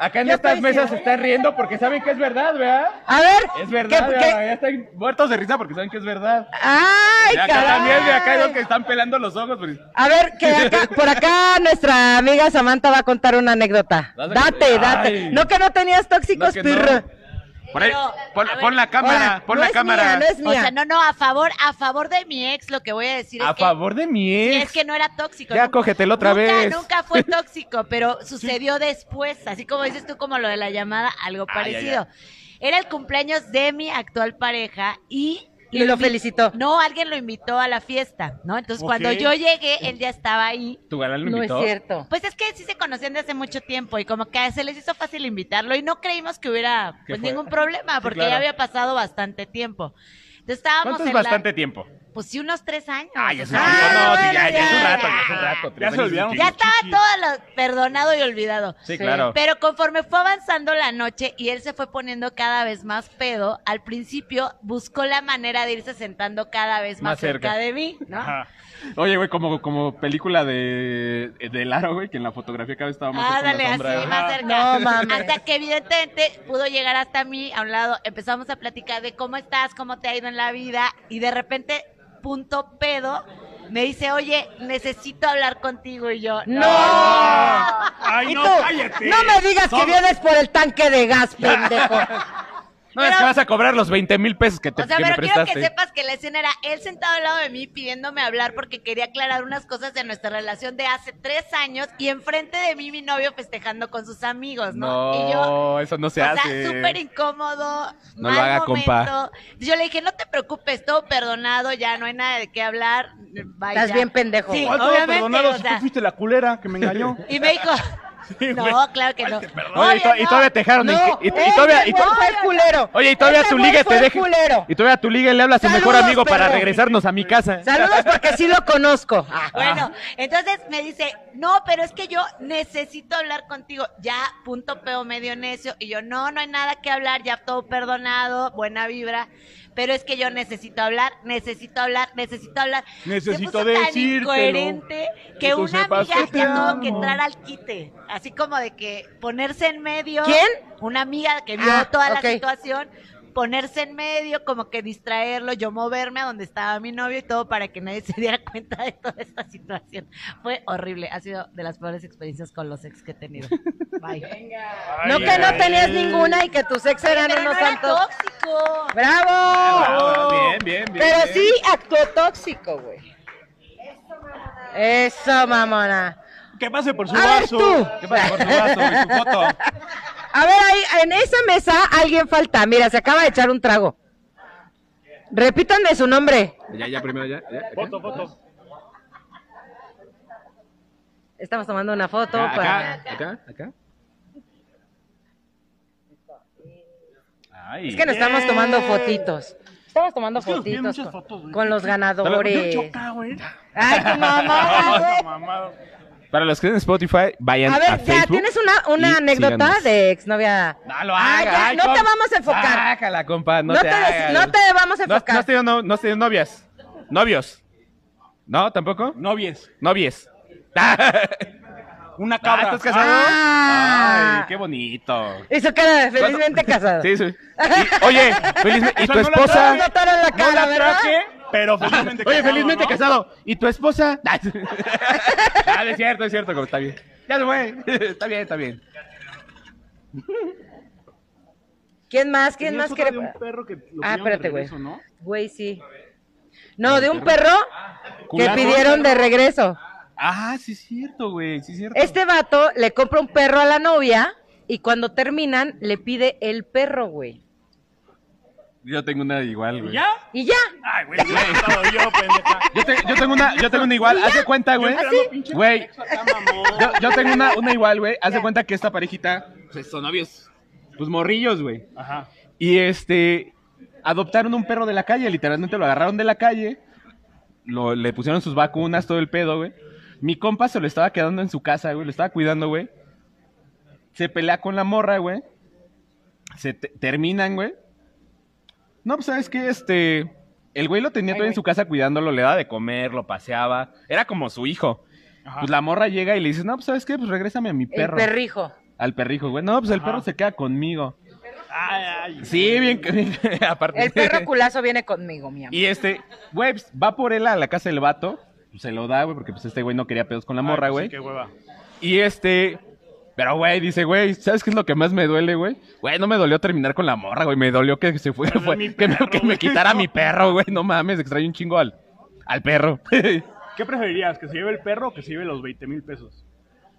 D: Acá en
B: yo
D: estas
B: coincido.
D: mesas se están riendo porque saben que es verdad, ¿verdad?
B: A ver.
D: Es verdad,
B: ¿qué-
D: ¿verdad?
B: qué-
D: ya están muertos de risa porque saben que es verdad.
B: Ay,
D: Y acá
B: caray.
D: también, y acá hay los que están pelando los ojos. porque-
B: A ver, que acá, por acá nuestra amiga Samantha va a contar una anécdota.
D: Dale.
B: Date, date.
D: Ay.
B: No que no tenías tóxicos,
D: No, que no.
B: pirro.
D: Por ahí,
I: Pero,
D: pon,
I: a ver,
D: pon la cámara,
B: Ahora,
D: pon
B: no
D: la
B: es
D: cámara.
B: mía, no es mía.
I: O sea, no, no, a favor, a favor de mi ex, lo que voy a decir
D: a
I: es que
D: favor de mi
I: sí,
D: ex.
I: es que no era tóxico.
D: Ya
I: nunca-
D: cógetelo otra
I: nunca,
D: vez.
I: Nunca fue tóxico, pero sucedió después, así como dices tú como lo de la llamada, algo
D: Ah, ya,
I: parecido. Era el cumpleaños de mi actual pareja y
B: Y lo
I: invi-
B: felicitó.
I: No, alguien lo invitó a la fiesta, ¿no? Entonces cuando
C: Ok.
I: yo llegué, él ya estaba ahí.
D: ¿Tu galán lo
B: No es
D: invitó?
B: cierto.
I: Pues es que sí se conocían desde hace mucho tiempo y como que se les hizo fácil invitarlo y no creímos que hubiera
D: ¿Qué
I: pues
D: fue?
I: ningún problema porque
D: claro.
I: ya había pasado bastante tiempo. Entonces estábamos
D: ¿Cuánto es
I: en la-
D: bastante tiempo?
I: Pues sí, unos tres años.
D: Ay, ya
I: o
D: es un
I: sea,
D: chingo. No, sí, ya,
B: bueno,
D: ya es un
B: Ah, ya.
D: rato, ya es un rato. Tres
C: Ya se
D: años es
C: olvidaron.
D: un
I: ya
D: chingo.
I: estaba
C: Sí.
I: todo lo perdonado y olvidado.
D: Sí, claro.
I: Pero conforme fue avanzando la noche y él se fue poniendo cada vez más pedo, al principio buscó la manera de irse sentando cada vez más,
D: Más cerca.
I: cerca. de mí, ¿no?
C: Ajá.
D: Oye, güey, como, como película de, de Laro, güey, que en la fotografía cada vez estaba más
I: Ah,
D: cerca de la
I: dale, así,
D: sombra, güey.
I: más cerca.
B: No mames.
I: Hasta que evidentemente pudo llegar hasta mí, a un lado, empezamos a platicar de cómo estás, cómo te ha ido en la vida, y de repente, punto pedo, me dice, oye, necesito hablar contigo, y yo,
B: No.
C: Ay,
B: ¿Y
C: no,
B: tú?
C: cállate.
B: No me digas que
C: Somos-
B: vienes por el tanque de gas, pendejo.
D: No, es que
I: Pero-
D: vas a cobrar los 20 mil pesos que, te,
I: O sea,
D: que me
I: pero quiero
D: prestaste.
I: que sepas que la escena era él sentado al lado de mí pidiéndome hablar porque quería aclarar unas cosas de nuestra relación de hace tres años y enfrente de mí mi novio festejando con sus amigos,
D: No,
I: ¿no? y yo,
D: eso no se
I: o
D: hace.
I: sea, súper incómodo,
D: No lo
I: mal
D: haga,
I: momento.
D: compa.
I: Yo le dije, no te preocupes, todo perdonado, ya no hay nada de qué hablar. bye,
B: Estás
I: ya".
B: bien pendejo.
I: Sí,
C: Ay, todo
I: obviamente,
C: perdonado,
I: o
C: si
I: sea,
C: tú fuiste la culera que me engañó.
I: y me dijo, no, claro que no.
D: Oye, y, to-
I: Obvio
D: y
I: no.
D: todavía te dejaron. en-
B: No, este eh,
D: y, y
B: ese
D: todavía, y to-
B: güey fue el culero.
D: oye, y todavía
B: Ese
D: tu
B: güey
D: liga
B: fue
D: te
B: el
D: deja.
B: culero.
D: Y todavía a tu liga le hablas a su mejor
B: Saludos,
D: amigo para
B: perro.
D: regresarnos a mi casa.
B: Saludos porque sí lo conozco. Ah,
I: Bueno, entonces me dice, no, pero es que yo necesito hablar contigo. Ya, punto peo medio necio. Y yo, no, no hay nada que hablar, ya todo perdonado, buena vibra. Pero es que yo necesito hablar, necesito hablar, necesito hablar.
C: Necesito
I: Se puso tan
C: decírtelo.
I: incoherente que
C: Que tú
I: una
C: sepas
I: amiga
C: que te
I: ya tuvo que
C: amo.
I: entrar al quite. Así como de que ponerse en medio.
B: ¿Quién?
I: Una amiga que vio
B: Ah,
I: toda
B: ok.
I: la situación. Ponerse en medio, como que distraerlo, yo moverme a donde estaba mi novio y todo para que nadie se diera cuenta de toda esta situación. Fue horrible, ha sido de las peores experiencias con los ex que he tenido. Bye.
B: no que no tenías ninguna y que tus ex eran
I: Pero no
B: unos
I: era
B: santos.
I: tóxico.
B: ¡Bravo!
D: Ah, Bien, bien, bien,
B: Pero
D: bien.
B: sí actuó tóxico, güey. Eso, mamona.
C: Que pase por su
B: A ver
C: vaso.
B: tú.
D: ¿Qué pasa con tu vaso y tu foto?
B: A ver, ahí, en esa mesa alguien falta. Mira, se acaba de echar un trago. Repítanme su nombre.
D: Ya, ya, primero, ya. ya, acá.
C: Foto, foto.
B: Estamos tomando una foto.
D: Acá,
B: para-
D: acá, acá, acá. Ay.
B: Es que nos estamos tomando
C: Bien.
B: fotitos. Estamos tomando
C: Es que nos piden
B: fotitos
C: muchas
B: con,
C: fotos, güey.
B: con los
C: Yo
B: ganadores.
C: choca, güey.
B: Ay, tu mamá,
C: Ah,
B: güey.
C: esa mamada.
D: Para los que estén en Spotify, vayan a,
B: A ver, ya
D: Facebook
B: tienes una, una
D: y
B: anécdota
D: síganos.
B: de exnovia.
D: No lo
B: Ah,
D: hagas.
B: ya,
D: ay,
B: no
D: ¿cómo?
B: te vamos a enfocar.
D: Sácala, compa, no,
B: No
D: te,
B: te des-
D: hagas.
B: no te vamos a
D: No-
B: enfocar.
D: No, has tenido no, no has tenido novias. Novios. ¿No? ¿Tampoco?
C: Novies.
D: Novies.
C: Una
D: Ah,
C: cabra.
D: ¿Estás casado?
B: Ah.
D: Ay, qué bonito.
B: Y su cara de felizmente casado.
D: Sí, sí. Y- oye, felizmente. ¿Y
C: O sea,
D: tu
C: no la
B: No
D: esposa?
B: notaron la
C: No
B: cara,
C: la
B: ¿verdad?
C: traje, Ah, pero felizmente
D: Oye,
C: casado,
D: felizmente
C: ¿no?
D: casado. ¿Y tu esposa? Ah, no es cierto, es cierto, como está bien. Ya se fue. Está bien, está bien.
B: ¿Quién más? ¿Quién
C: Tenías
B: más
C: otra
B: quiere?
C: de un perro que lo
B: Ah,
C: pidieron de
B: espérate, güey.
C: regreso, ¿no?
B: Güey, sí. No, de un perro que
D: ¿Culano?
B: pidieron de regreso.
D: Ah, sí es cierto, güey. Sí es cierto.
B: Este vato le compra un perro a la novia y cuando terminan le pide el perro, güey.
D: Yo tengo una igual,
C: ¿Y
D: güey.
C: ¿Ya?
B: Y ya.
C: Ay, güey, ya he estado yo, pendeja.
D: Yo, te- yo tengo una, yo tengo una igual, haz de cuenta, güey. Güey, yo, yo tengo una, una igual, güey. Haz de cuenta que esta parejita, pues, son novios, pues morrillos, güey.
C: Ajá.
D: Y este, adoptaron un perro de la calle, literalmente lo agarraron de la calle, lo, le pusieron sus vacunas, todo el pedo, güey. Mi compa se lo estaba quedando en su casa, güey, lo estaba cuidando, güey. Se pelea con la morra, güey. Se te- terminan, güey. No, pues sabes que este. El güey lo tenía todavía en su casa cuidándolo, le daba de comer, lo paseaba. Era como su hijo.
C: Ajá.
D: Pues la morra llega y le dice, no, pues sabes qué, pues regrésame a mi
B: El
D: perro.
B: perrijo.
D: Al perrijo, güey. No, pues el
C: Ajá.
D: perro se queda conmigo.
C: Ay, ay.
D: Sí, bien, bien aparte.
B: El perro culazo viene conmigo, mi amor.
D: Y este, güey, pues, va por él a la casa del vato. pues, se lo da, güey, porque pues este güey no quería pedos con la morra,
C: Ay, pues
D: güey.
C: sí, qué hueva.
D: Y este. Pero, güey, dice, güey, ¿sabes qué es lo que más me duele, güey? Güey, no me dolió terminar con la morra, güey. Me dolió que se fuera,
C: Pero es
D: güey.
C: mi
D: que, me,
C: perro,
D: que me
C: güey.
D: quitara mi perro, güey. No mames, extraño un chingo al, al perro.
C: ¿Qué preferirías? ¿Que se lleve el perro o que se lleve los 20 mil pesos?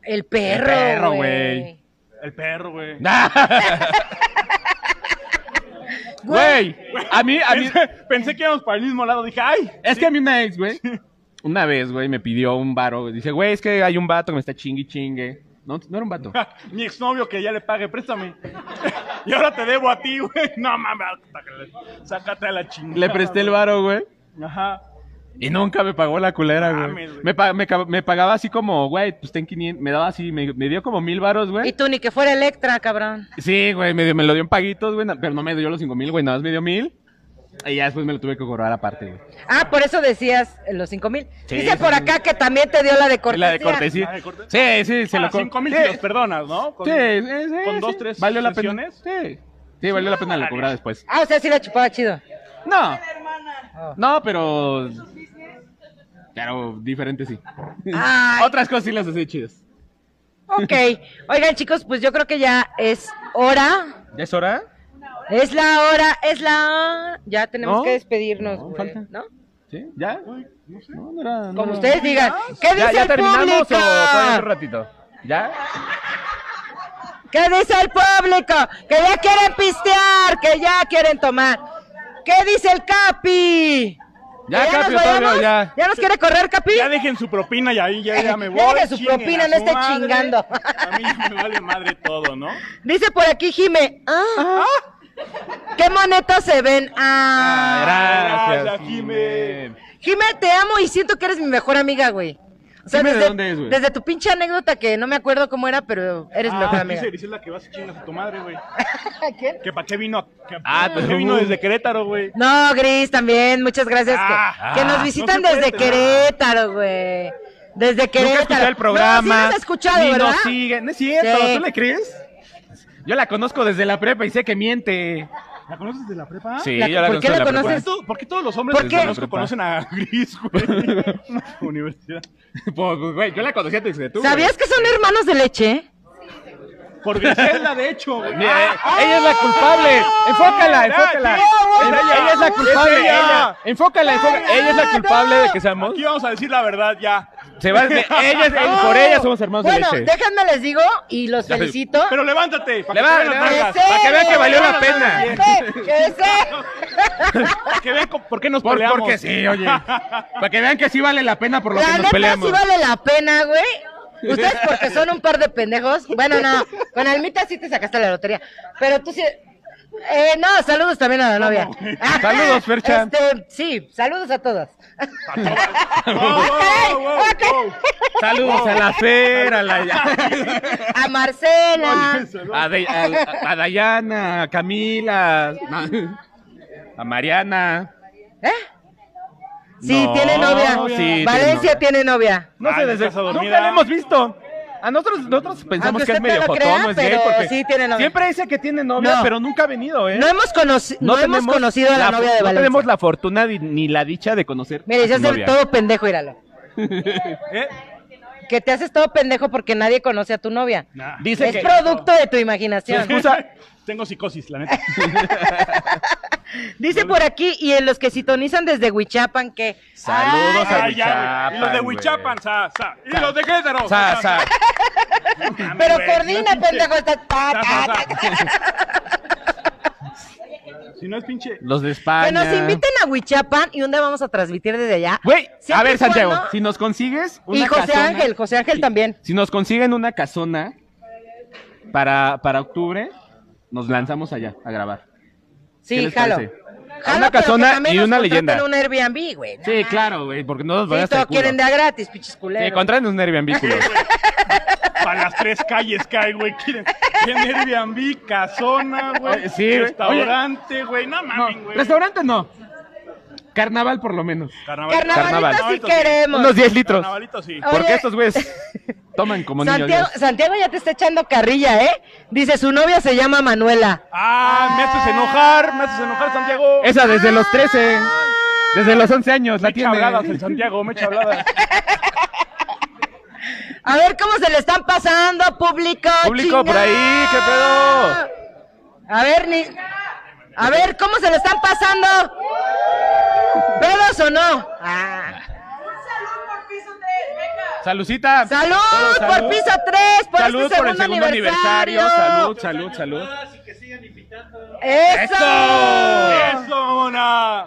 B: El perro,
D: perro,
B: güey.
D: güey.
C: El perro, güey.
D: Güey, a mí, a mí.
C: Pensé, pensé que íbamos para el mismo lado. Dije, ay.
D: Es que a mí una ex, güey. Una vez, güey, me pidió un varo. güey. Dice, güey, es que hay un vato que me está chingue y chingue. No, no era un vato.
C: ja, Mi exnovio que ya le pague, préstame. y ahora te debo a ti, güey. No mames, sácale- sácate a la chingada.
D: Le presté el varo, güey.
C: güey. Ajá.
D: Y nunca me pagó la culera, güey.
C: Mames, güey.
D: Me, pa- me ca- me pagaba así como, güey, pues ten 500. Me daba así, me, me dio como mil varos,
B: Y
D: güey.
B: tú ni que fuera Electra, cabrón.
D: Sí, güey, me, dio- me lo dio en paguitos, güey. na- Pero no me dio los cinco mil, güey, nada más me dio mil. Y ya después me lo tuve que cobrar aparte, güey.
B: Ah, por eso decías eh, los cinco mil.
D: Sí,
B: Dice
D: sí,
B: por
D: sí.
B: acá que también te dio la de cortesía.
D: La de cortesía.
C: ¿La de corte-
D: Sí, sí, se
C: a
D: lo
C: las
D: co-
C: 5 mil
D: Sí,
C: los perdonas, ¿no? Con-
D: Sí, sí, sí,
C: con
D: sí.
C: dos, tres
D: ¿Valió la pena?
C: sesiones.
D: Sí. Sí, valió la pena la cobrar después.
B: Ah, o sea, sí la chupaba chido.
D: No. No, pero. Claro, diferente sí.
B: Ay.
D: Otras cosas sí las hacía chidas.
B: Ok. Oigan, chicos, pues yo creo que ya es hora.
D: ¿Ya es hora?
B: Es la hora, es la hora. Ya tenemos
D: No,
B: que despedirnos,
D: no,
B: güey.
D: falta.
B: ¿No?
D: ¿Sí? ¿Ya? No, no era. no
B: Como
D: era-
B: ustedes digan. ¿Qué dice
D: ¿Ya, ya
B: el
D: terminamos o
B: público?
D: todavía hay un ratito? ¿Ya?
B: ¿Qué dice el público? Que ya quieren pistear, que ya quieren tomar. ¿Qué dice el Capi?
D: Ya,
B: ¿Que
D: Capi,
B: nos
D: Octavio,
B: vayamos?
D: ya.
B: nos quiere correr, Capi?
C: Ya dejen su propina y ahí ya, ya me
B: Ya
C: voy.
B: dejen su
C: chinguen
B: propina,
C: a
B: no
C: su
B: esté
C: madre.
B: chingando.
C: A mí ya me vale madre todo, ¿no?
B: Dice por aquí Jime. ah,
D: Ah.
B: ¿Qué monetos se ven? Ah.
D: Gracias.
C: gracias, Jimé.
D: Jimé.
B: Jime, te amo y siento que eres mi mejor amiga, güey. O
D: Jime, ¿de dónde es, güey?
B: Desde tu pinche anécdota que no me acuerdo cómo era, pero eres mi
C: ah,
B: mejor amiga.
C: Dice, dice la que vas y chingas a tu madre, güey.
B: ¿Quién?
C: Que pa' qué vino. Que,
D: Ah,
C: ah,
D: pues,
C: pues qué vino
D: uh.
C: desde Querétaro, güey.
B: No, Gris, también, muchas gracias. que-
C: Ah,
B: que, nos
C: ah,
B: visitan
C: no se
B: desde
C: puede.
B: Querétaro, güey. Desde
D: Nunca he
B: Querétaro.
D: escuchado el
B: No,
D: programa.
B: sí nos has escuchado,
D: ni
B: ¿verdad?
D: nos sigue. No es cierto,
B: Sí.
D: ¿tú le crees? Yo la conozco desde la prepa y sé que miente.
C: ¿La conoces desde la prepa?
D: Sí,
B: La-
D: yo la
B: ¿por qué la
C: ¿Por
D: conozco desde la
C: qué,
B: conoces?
D: prepa.
C: to- por qué todos los hombres
B: ¿Por
C: que
B: qué?
C: conozco conocen a Gris, güey? Universidad.
D: Pues, güey, yo la conocía desde tú. güey.
B: ¿Sabías que son hermanos de leche?
C: Por Griselda, de hecho, güey.
D: Mira, eh, ella es la culpable. Enfócala, enfócala.
C: sí, sí,
D: Ella,
C: sí,
D: ella es la
C: sí,
D: culpable.
C: sí,
D: Ella. Enfócala, enfócala. Ella es la culpable de que seamos.
C: Aquí vamos a decir la verdad ya.
D: Se va desde- ella es-
B: No.
D: por ella somos hermanos
B: bueno,
D: de leche.
B: déjenme les digo y los
D: ah, Ya,
B: felicito.
C: Pero levántate. pa'
D: Le
C: que
D: va,
C: vean
D: le
C: las
D: va.
C: nalgas,
B: se-
D: para que vean que valió la pena.
B: Que se-
C: Para que vean co- por qué nos
D: Por,
C: peleamos.
D: porque sí, oye. Para que vean que sí vale la pena por lo
B: La
D: que nos
B: neta
D: peleamos.
B: sí vale la pena, güey. Ustedes porque son un par de pendejos. Bueno, no, con Almita sí te sacaste la lotería. Pero tú sí... Eh, no, saludos también a la novia.
D: Saludos, Fercha.
B: Este, sí, saludos a todos.
C: Wow, wow, wow, wow, wow.
D: Saludos a la Fer, a la
B: A Marcela.
D: a, Day- a- a Dayana, a Camila, a Mariana.
B: ¿Eh? Sí,
D: No,
B: tiene novia.
D: sí, tiene
B: Valencia
D: novia.
B: tiene novia.
D: No
C: Ay,
D: sé,
C: Ah, no
D: desde
C: estás dormida.
D: nunca la hemos visto. A nosotros, nosotros pensamos
B: Aunque
D: que es
B: usted no
D: medio
B: lo
D: jotón,
B: crea,
D: no es gay,
B: pero
D: porque
B: sí tiene novia.
D: siempre dice que tiene novia,
B: No.
D: pero nunca ha venido, ¿eh?
B: No hemos, conoci- no hemos
D: tenemos
B: conocido a la, novia de
D: No
B: Valencia.
D: tenemos la fortuna ni, ni la dicha de conocer
B: Mire,
D: a
B: ya
D: su
B: hace
D: novia.
B: todo pendejo, íralo.
D: ¿Eh?
B: Que te haces todo pendejo porque nadie conoce a tu novia.
C: Nah.
D: Dice
B: es
D: que...
B: producto de tu
D: Su
B: imaginación.
D: excusa...
C: Tengo psicosis, la neta.
B: Dice por aquí, y en los que sintonizan desde Huichapan, que...
D: Saludos a
C: Ay, ya,
D: Huichapan,
C: güey. Y los de
D: güey.
C: Huichapan, sa, sa. Y los de Querétaro,
D: Sa, sa.
C: Mames,
B: Pero
C: güey,
B: coordina,
C: no es pinche-
B: pendejo. está- ta,
C: sa,
B: ta,
C: sa,
B: ta".
C: sa. Si no es pinche.
D: Los de España.
B: Que nos inviten a Huichapan y un día vamos a transmitir desde allá.
D: Güey, a
B: Siempre
D: ver,
B: y
D: Santiago,
B: cuando-
D: si nos consigues una
B: Y José
D: casona-
B: Ángel, José Ángel
D: Sí.
B: también.
D: Si nos consiguen una casona para, para octubre, nos lanzamos allá a grabar. ¿Qué
B: Sí,
D: les
B: jalo.
D: parece?
B: Jalo,
D: Una
B: pero que
D: casona
B: también
D: y
B: nos
D: una
B: contraten
D: leyenda.
B: un Airbnb, güey. ¿no?
D: Sí, claro, güey, porque no nos van a
B: Sí,
D: estar
B: todo quieren de a gratis, pinches
D: Sí,
B: culeros.
D: contraen un Airbnb, culo.
C: Para las tres calles que hay, güey. Quieren quieren Airbnb, casona, güey.
D: Oye, Eh, sí, güey.
C: Restaurante, güey. No mames,
D: No,
C: güey.
D: restaurante no. Carnaval por lo menos.
C: Carnavalito.
B: Carnavalito sí
C: Carnavalito
B: queremos.
D: Unos 10 litros.
C: Carnavalito sí.
B: Oye.
D: Porque estos güeyes toman como niños.
B: Santiago,
D: Dios.
B: Santiago ya te está echando carrilla, ¿eh? Dice, su novia se llama Manuela.
C: Ah, me haces enojar, me haces enojar, Santiago.
D: Esa desde
B: Ah.
D: los 13, desde los 11 años
C: me
D: la
C: echa
D: tiene.
C: habladas, el Santiago, me echa habladas.
B: A ver cómo se le están pasando, público.
D: Público, por
B: chingada.
D: ahí, ¿qué pedo?
B: A ver, ni... A ver, ¿cómo se le están pasando? ¿Pedos o no? Ah.
D: Salucita.
B: ¡Salud, por
D: salud.
B: piso 3! Por
D: salud
B: este
D: por
B: segundo
D: el segundo aniversario. Salud, salud, salud.
B: ¡Eso!
C: Eso, mona.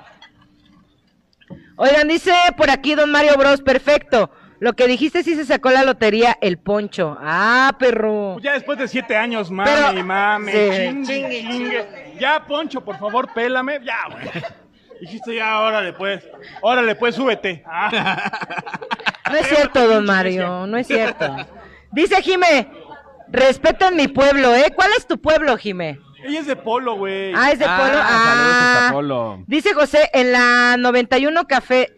B: Oigan, dice por aquí don Mario Bros, perfecto. Lo que dijiste sí se sacó la lotería, el poncho. ¡Ah, perro!
C: Pues Ya después de siete años, mami,
B: Pero-
C: mami,
B: Sí.
C: chingue,
B: Chingue,
C: chingue. Ya, Poncho, por favor, pélame. Ya, güey. Dijiste ya, órale, pues. Órale, pues, súbete. Ah.
B: No es cierto, don Mario, no es cierto. Dice Jime, respeten mi pueblo, ¿eh? ¿Cuál es tu pueblo, Jime?
C: Ella es de polo, güey.
B: Ah, es de
D: Ah,
B: Polo.
D: saludos
B: Ah,
D: hasta Polo.
B: Dice José, en la 91 Café,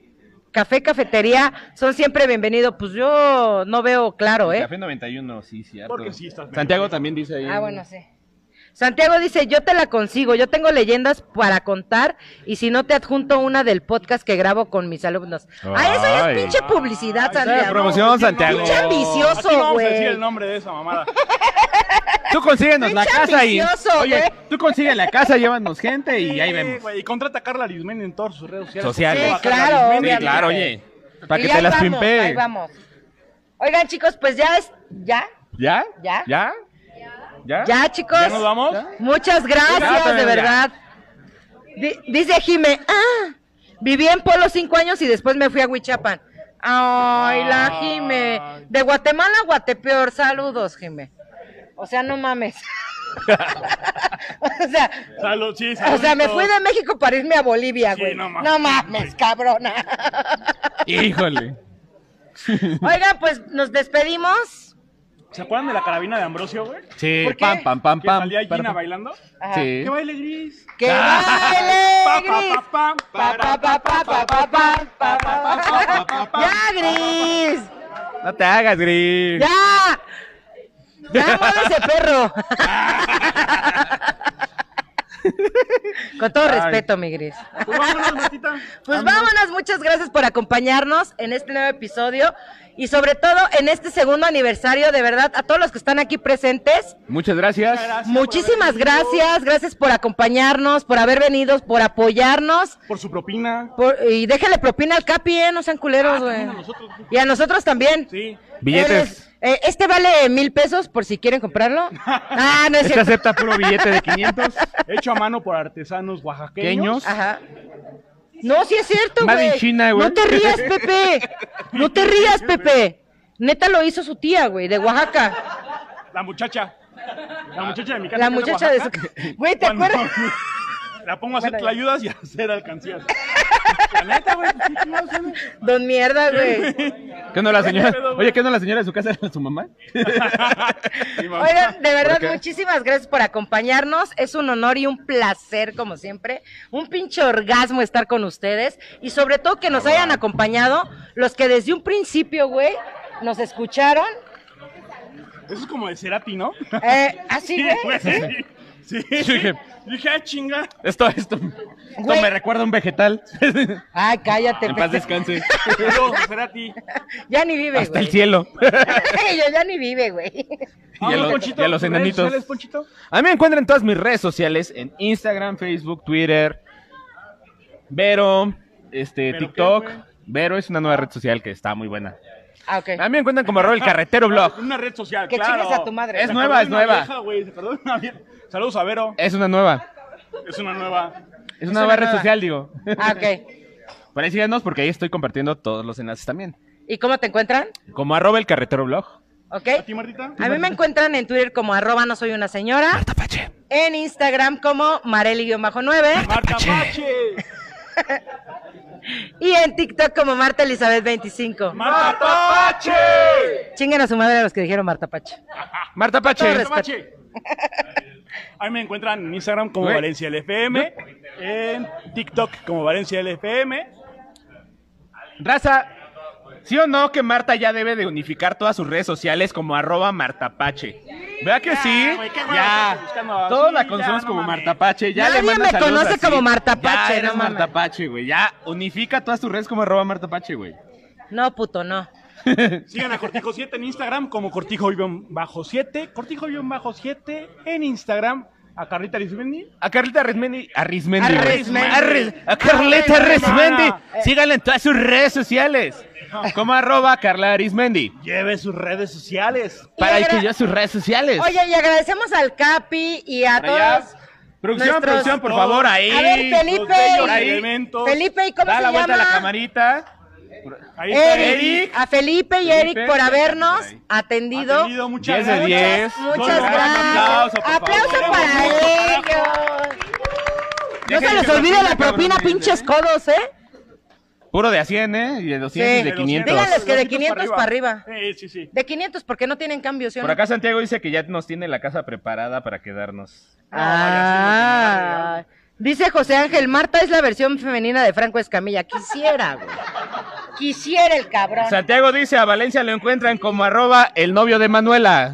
B: Café Cafetería, son siempre bienvenidos. Pues yo no veo claro, ¿eh?
D: Café 91, sí, cierto.
C: Porque sí estás
D: Santiago también dice ahí.
B: Ah, bueno, sí. Santiago dice, yo te la consigo, yo tengo leyendas para contar y si no te adjunto una del podcast que grabo con mis alumnos. Ah, eso ya
D: Ay.
B: es pinche publicidad,
D: Eh,
B: Santiago.
D: promoción, Santiago.
B: Pinche
C: Aquí no
B: ambicioso,
C: vamos a decir
B: güey.
C: el nombre de esa mamada.
D: Tú consíguenos la
B: Pinche
D: casa y.
B: ambicioso,
D: Oye,
B: güey.
D: tú consigue la casa, llévanos gente y ahí
C: Sí,
D: vemos.
C: güey, y contrata a Carla Arismendi en todas sus redes sociales.
D: Sociales.
C: Arroba
B: Sí,
C: Carla
B: claro,
C: Arismendi.
D: Sí,
B: obviamente.
D: claro, oye. Para
B: Y
D: que
B: ahí
D: te las
B: vamos, Ahí
D: pimpee.
B: vamos. Oigan, chicos, pues ya es, ya,
D: ¿Ya?
B: Ya.
D: ¿Ya? ¿Ya?
B: ya, chicos.
C: ¿Ya nos vamos?
B: Muchas
D: Ya,
B: gracias,
D: pero
B: de
D: ya.
B: verdad. Di- dice Jime, ah, viví en Polo cinco años y después me fui a Huichapan. Ay, la Jime. De Guatemala a Guatepeor, saludos, Jime. O sea, no mames. o sea,
C: Salud, sí,
B: o sea, me fui
C: saluditos.
B: de México para irme a Bolivia,
C: Sí,
B: güey.
C: no
B: no,
C: mames.
B: mames, cabrona.
D: Híjole.
B: Oigan, pues nos despedimos.
C: ¿Se acuerdan de la carabina de Ambrosio, güey?
D: Sí,
B: ¿Por qué?
D: pam, pam, pam,
C: Que
D: pam.
C: salía Gina
D: pam.
C: bailando.
B: Ajá.
D: Sí.
C: ¡Que baile gris!
B: Que baile, Gris.
C: Pa, pa, pa,
B: Pa,
C: pa,
B: pa, pa, pa, pa, pa, pa, pa, pa, pa. Ya, Gris.
D: No te hagas, Gris.
B: Ya. Ya, mueve ese perro. Con todo respeto, mi Gris.
C: Pues vámonos, Matita.
B: Pues vámonos, muchas gracias por acompañarnos en este nuevo episodio y sobre todo en este segundo aniversario, de verdad, a todos los que están aquí presentes.
D: Muchas gracias.
B: Muchísimas gracias, gracias por acompañarnos, por haber venido, por apoyarnos.
C: Por su propina.
B: Por- y déjale propina al Capi, ¿eh? No sean culeros, güey. y a nosotros también.
C: Sí.
D: Billetes.
B: Él es- eh, este vale mil pesos por si quieren comprarlo. Ah, no es
D: Este
B: cierto.
D: acepta puro billete de 500.
C: Hecho a mano por artesanos oaxaqueños.
D: Pequeños.
B: Ajá. No, sí es cierto,
D: Made in
B: güey.
D: China, güey.
B: No te rías, Pepe. No te rías, Pepe. Neta lo hizo su tía, güey, de Oaxaca.
C: La muchacha. La muchacha de mi casa.
B: La
C: que es
B: muchacha de su.
C: Oaxaca.
B: Güey, ¿te
C: Cuando-
B: acuerdas?
C: La pongo a hacer
B: Bueno, ya.
C: tlayudas y a hacer alcancías. La neta, güey. ¿qué chingados son?
B: Don mierda, güey.
D: ¿Qué no la señora?
C: pedo, güey?
D: Oye, ¿qué no la señora de su casa era su mamá?
C: Mi mamá.
B: Oigan, de verdad,
D: qué?
B: muchísimas gracias por acompañarnos. Es un honor y un placer, como siempre. Un pinche orgasmo estar con ustedes. Y sobre todo que nos hayan acompañado los que desde un principio, güey, nos escucharon.
C: Eso es como de Cerati, ¿no?
B: Eh, así, güey.
C: güey, Sí. sí.
D: Yo dije-
C: Dije, ah, chinga.
D: Esto, esto, esto
B: Güey.
D: me recuerda a un vegetal. en
B: Ay, cállate.
D: paz
B: pendejo.
D: descanse.
C: Pero Cerati.
B: Ya ni vive,
D: Hasta el
B: güey.
D: cielo.
B: Yo ya ni vive, güey.
D: Y a
C: Vamos,
D: los-
C: Ponchito,
D: y a los
C: ¿tus redes
D: enanitos.
C: sociales, pues. Ponchito?
D: A mí me encuentran en todas mis redes sociales, en Instagram, Facebook, Twitter, Vero, este,
C: ¿Pero qué,
D: TikTok.
C: güey?
D: Vero es una nueva red social que está muy buena.
B: Ah, ok.
D: A mí me encuentran como arroba el carretero blog.
C: Una red social,
B: Que
C: claro.
B: chingues a tu madre.
D: Es
C: Se
D: nueva,
C: acordó
D: es
C: de una
D: nueva.
C: vieja, güey, se acordó de una vieja. Saludos a Vero.
D: Es una nueva.
C: Es una nueva.
D: Es una nueva red social, digo.
B: Ah, ok.
D: Por ahí síganos porque ahí estoy compartiendo todos los enlaces también.
B: ¿Y cómo te encuentran?
D: Como arroba el carretero blog.
B: ¿Ok?
C: ¿A ti, Martita?
B: A mí me encuentran en Twitter como arroba no soy una señora. En Instagram como Mareli-9.
C: Marta Pache.
B: Y en TikTok como Marta Elizabeth 25.
C: Marta Pache.
B: Chinguen a su madre a los que dijeron Marta Pache.
D: Marta
B: Todo
D: Pache.
B: respeto.
C: Marta Pache. A mí me encuentran en Instagram como
D: Güey.
C: Valencia LFM, en TikTok como Valencia LFM.
D: Raza, ¿sí o no que Marta ya debe de unificar todas sus redes sociales como arroba Marta Pache? ¿Verdad que sí?
C: güey, qué hueva que
D: ya.
C: estás buscando
D: Todos
C: así,
D: la
C: ya,
D: conocemos
C: no
D: como
C: mames.
D: Marta Pache. Ya
B: Nadie
D: le
B: me
D: mandas saludos
B: conoce
D: así.
B: como Marta Pache,
D: Ya eres
B: no mames.
D: Marta Pache, güey. Ya unifica todas tus redes como arroba Marta Pache, güey.
B: No, puto, no.
C: Sigan a Cortijo 7 en Instagram como Cortijo-7, Cortijo-7 en Instagram. A Carlita Arismendi.
D: A Carlita Resmendi. A Rismendi. güey.
B: Arismendi.
D: A Ris-
C: Ah,
D: a Carlita
C: Arismendi.
D: Resmendi. Síganla en todas sus redes sociales. Como arroba Carla Arismendi.
C: Lleve sus redes sociales.
D: Para
B: Y agra-
D: que yo sus redes sociales.
B: Oye, y agradecemos al Capi y a
D: Para allá.
B: todos.
D: Producción,
B: nuestros-
D: producción, por favor, ahí.
B: A ver,
C: los
B: Felipe.
C: bellos
D: por ahí.
C: elementos.
B: Felipe, ¿y cómo
D: da
B: se
D: la
B: llama?
D: vuelta a la camarita.
C: Ahí está
B: Eric.
D: Eric.
B: A Felipe y
D: Felipe,
B: Eric por habernos
D: ahí.
B: atendido.
C: Atendido, muchas
D: 10 de
C: gracias.
D: 10.
B: Muchas
C: Solo un
B: gracias.
D: aplauso, por
B: Aplauso
C: favor.
B: para
C: Queremos mucho,
B: ellos. No
D: Dejen
B: se les
D: que
B: olvide
D: propina,
B: la propina,
D: cabrones,
B: pinches
D: ¿eh?
B: codos, ¿eh?
D: Puro de a 100, ¿eh? Y de 200 y
B: Sí.
D: de 500.
B: Díganles que de 500 para
C: Sí, sí, sí.
B: De 500 porque no tienen cambio, ¿sí o
D: Por
B: no?
D: acá Santiago dice que ya nos tiene la casa preparada para quedarnos.
B: Ah, dice José Ángel, Marta es la versión femenina de Franco Escamilla. Quisiera, güey. Quisiera el cabrón.
D: Santiago dice, a Valencia lo encuentran como arroba el novio de Manuela.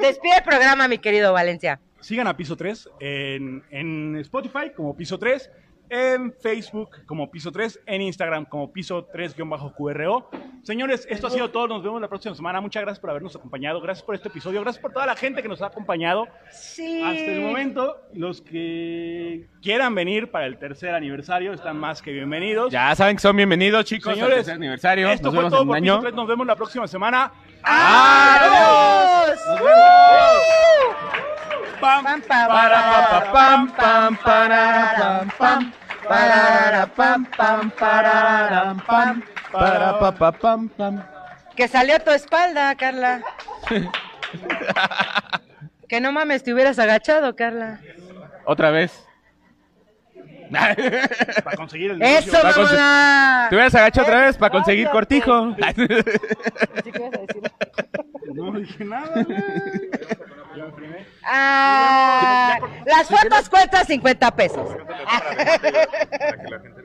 B: Despide el programa, mi querido Valencia.
C: Sigan a Piso 3 en, en Spotify como Piso 3, en Facebook como Piso 3, en Instagram como Piso 3-QRO. Señores, esto ha sido todo. Nos vemos la próxima semana. Muchas gracias por habernos acompañado. Gracias por este episodio. Gracias por toda la gente que nos ha acompañado
B: Sí.
C: hasta el momento. Los que quieran venir para el tercer aniversario están más que bienvenidos.
D: Ya saben que son bienvenidos, chicos.
C: Señores,
D: al tercer aniversario.
C: Esto
D: nos
C: fue
D: vemos
C: todo
D: en un
C: por Piso
D: año. ¡Ah,
C: 3. Nos vemos la próxima semana.
B: ¡Ah,
D: ¡Adiós!
C: Nos vemos. Pam,
B: Pam, pam,
C: para,
B: pam,
C: pa, pa, pam,
D: Pam, pam, parara, pam, pam, parara, pam, pam, parara, pam, para, pa, pa, pam, pam.
B: Que salió a tu espalda, Carla. que no mames, te hubieras agachado, Carla.
D: Otra vez.
C: para conseguir el
B: ¡Eso,
D: Va con su-
B: mamona!
D: Te hubieras agachado otra vez para conseguir cortijo.
C: No dije nada. güey.
B: Ah, las fotos cuestan 50 pesos.
J: Para que la gente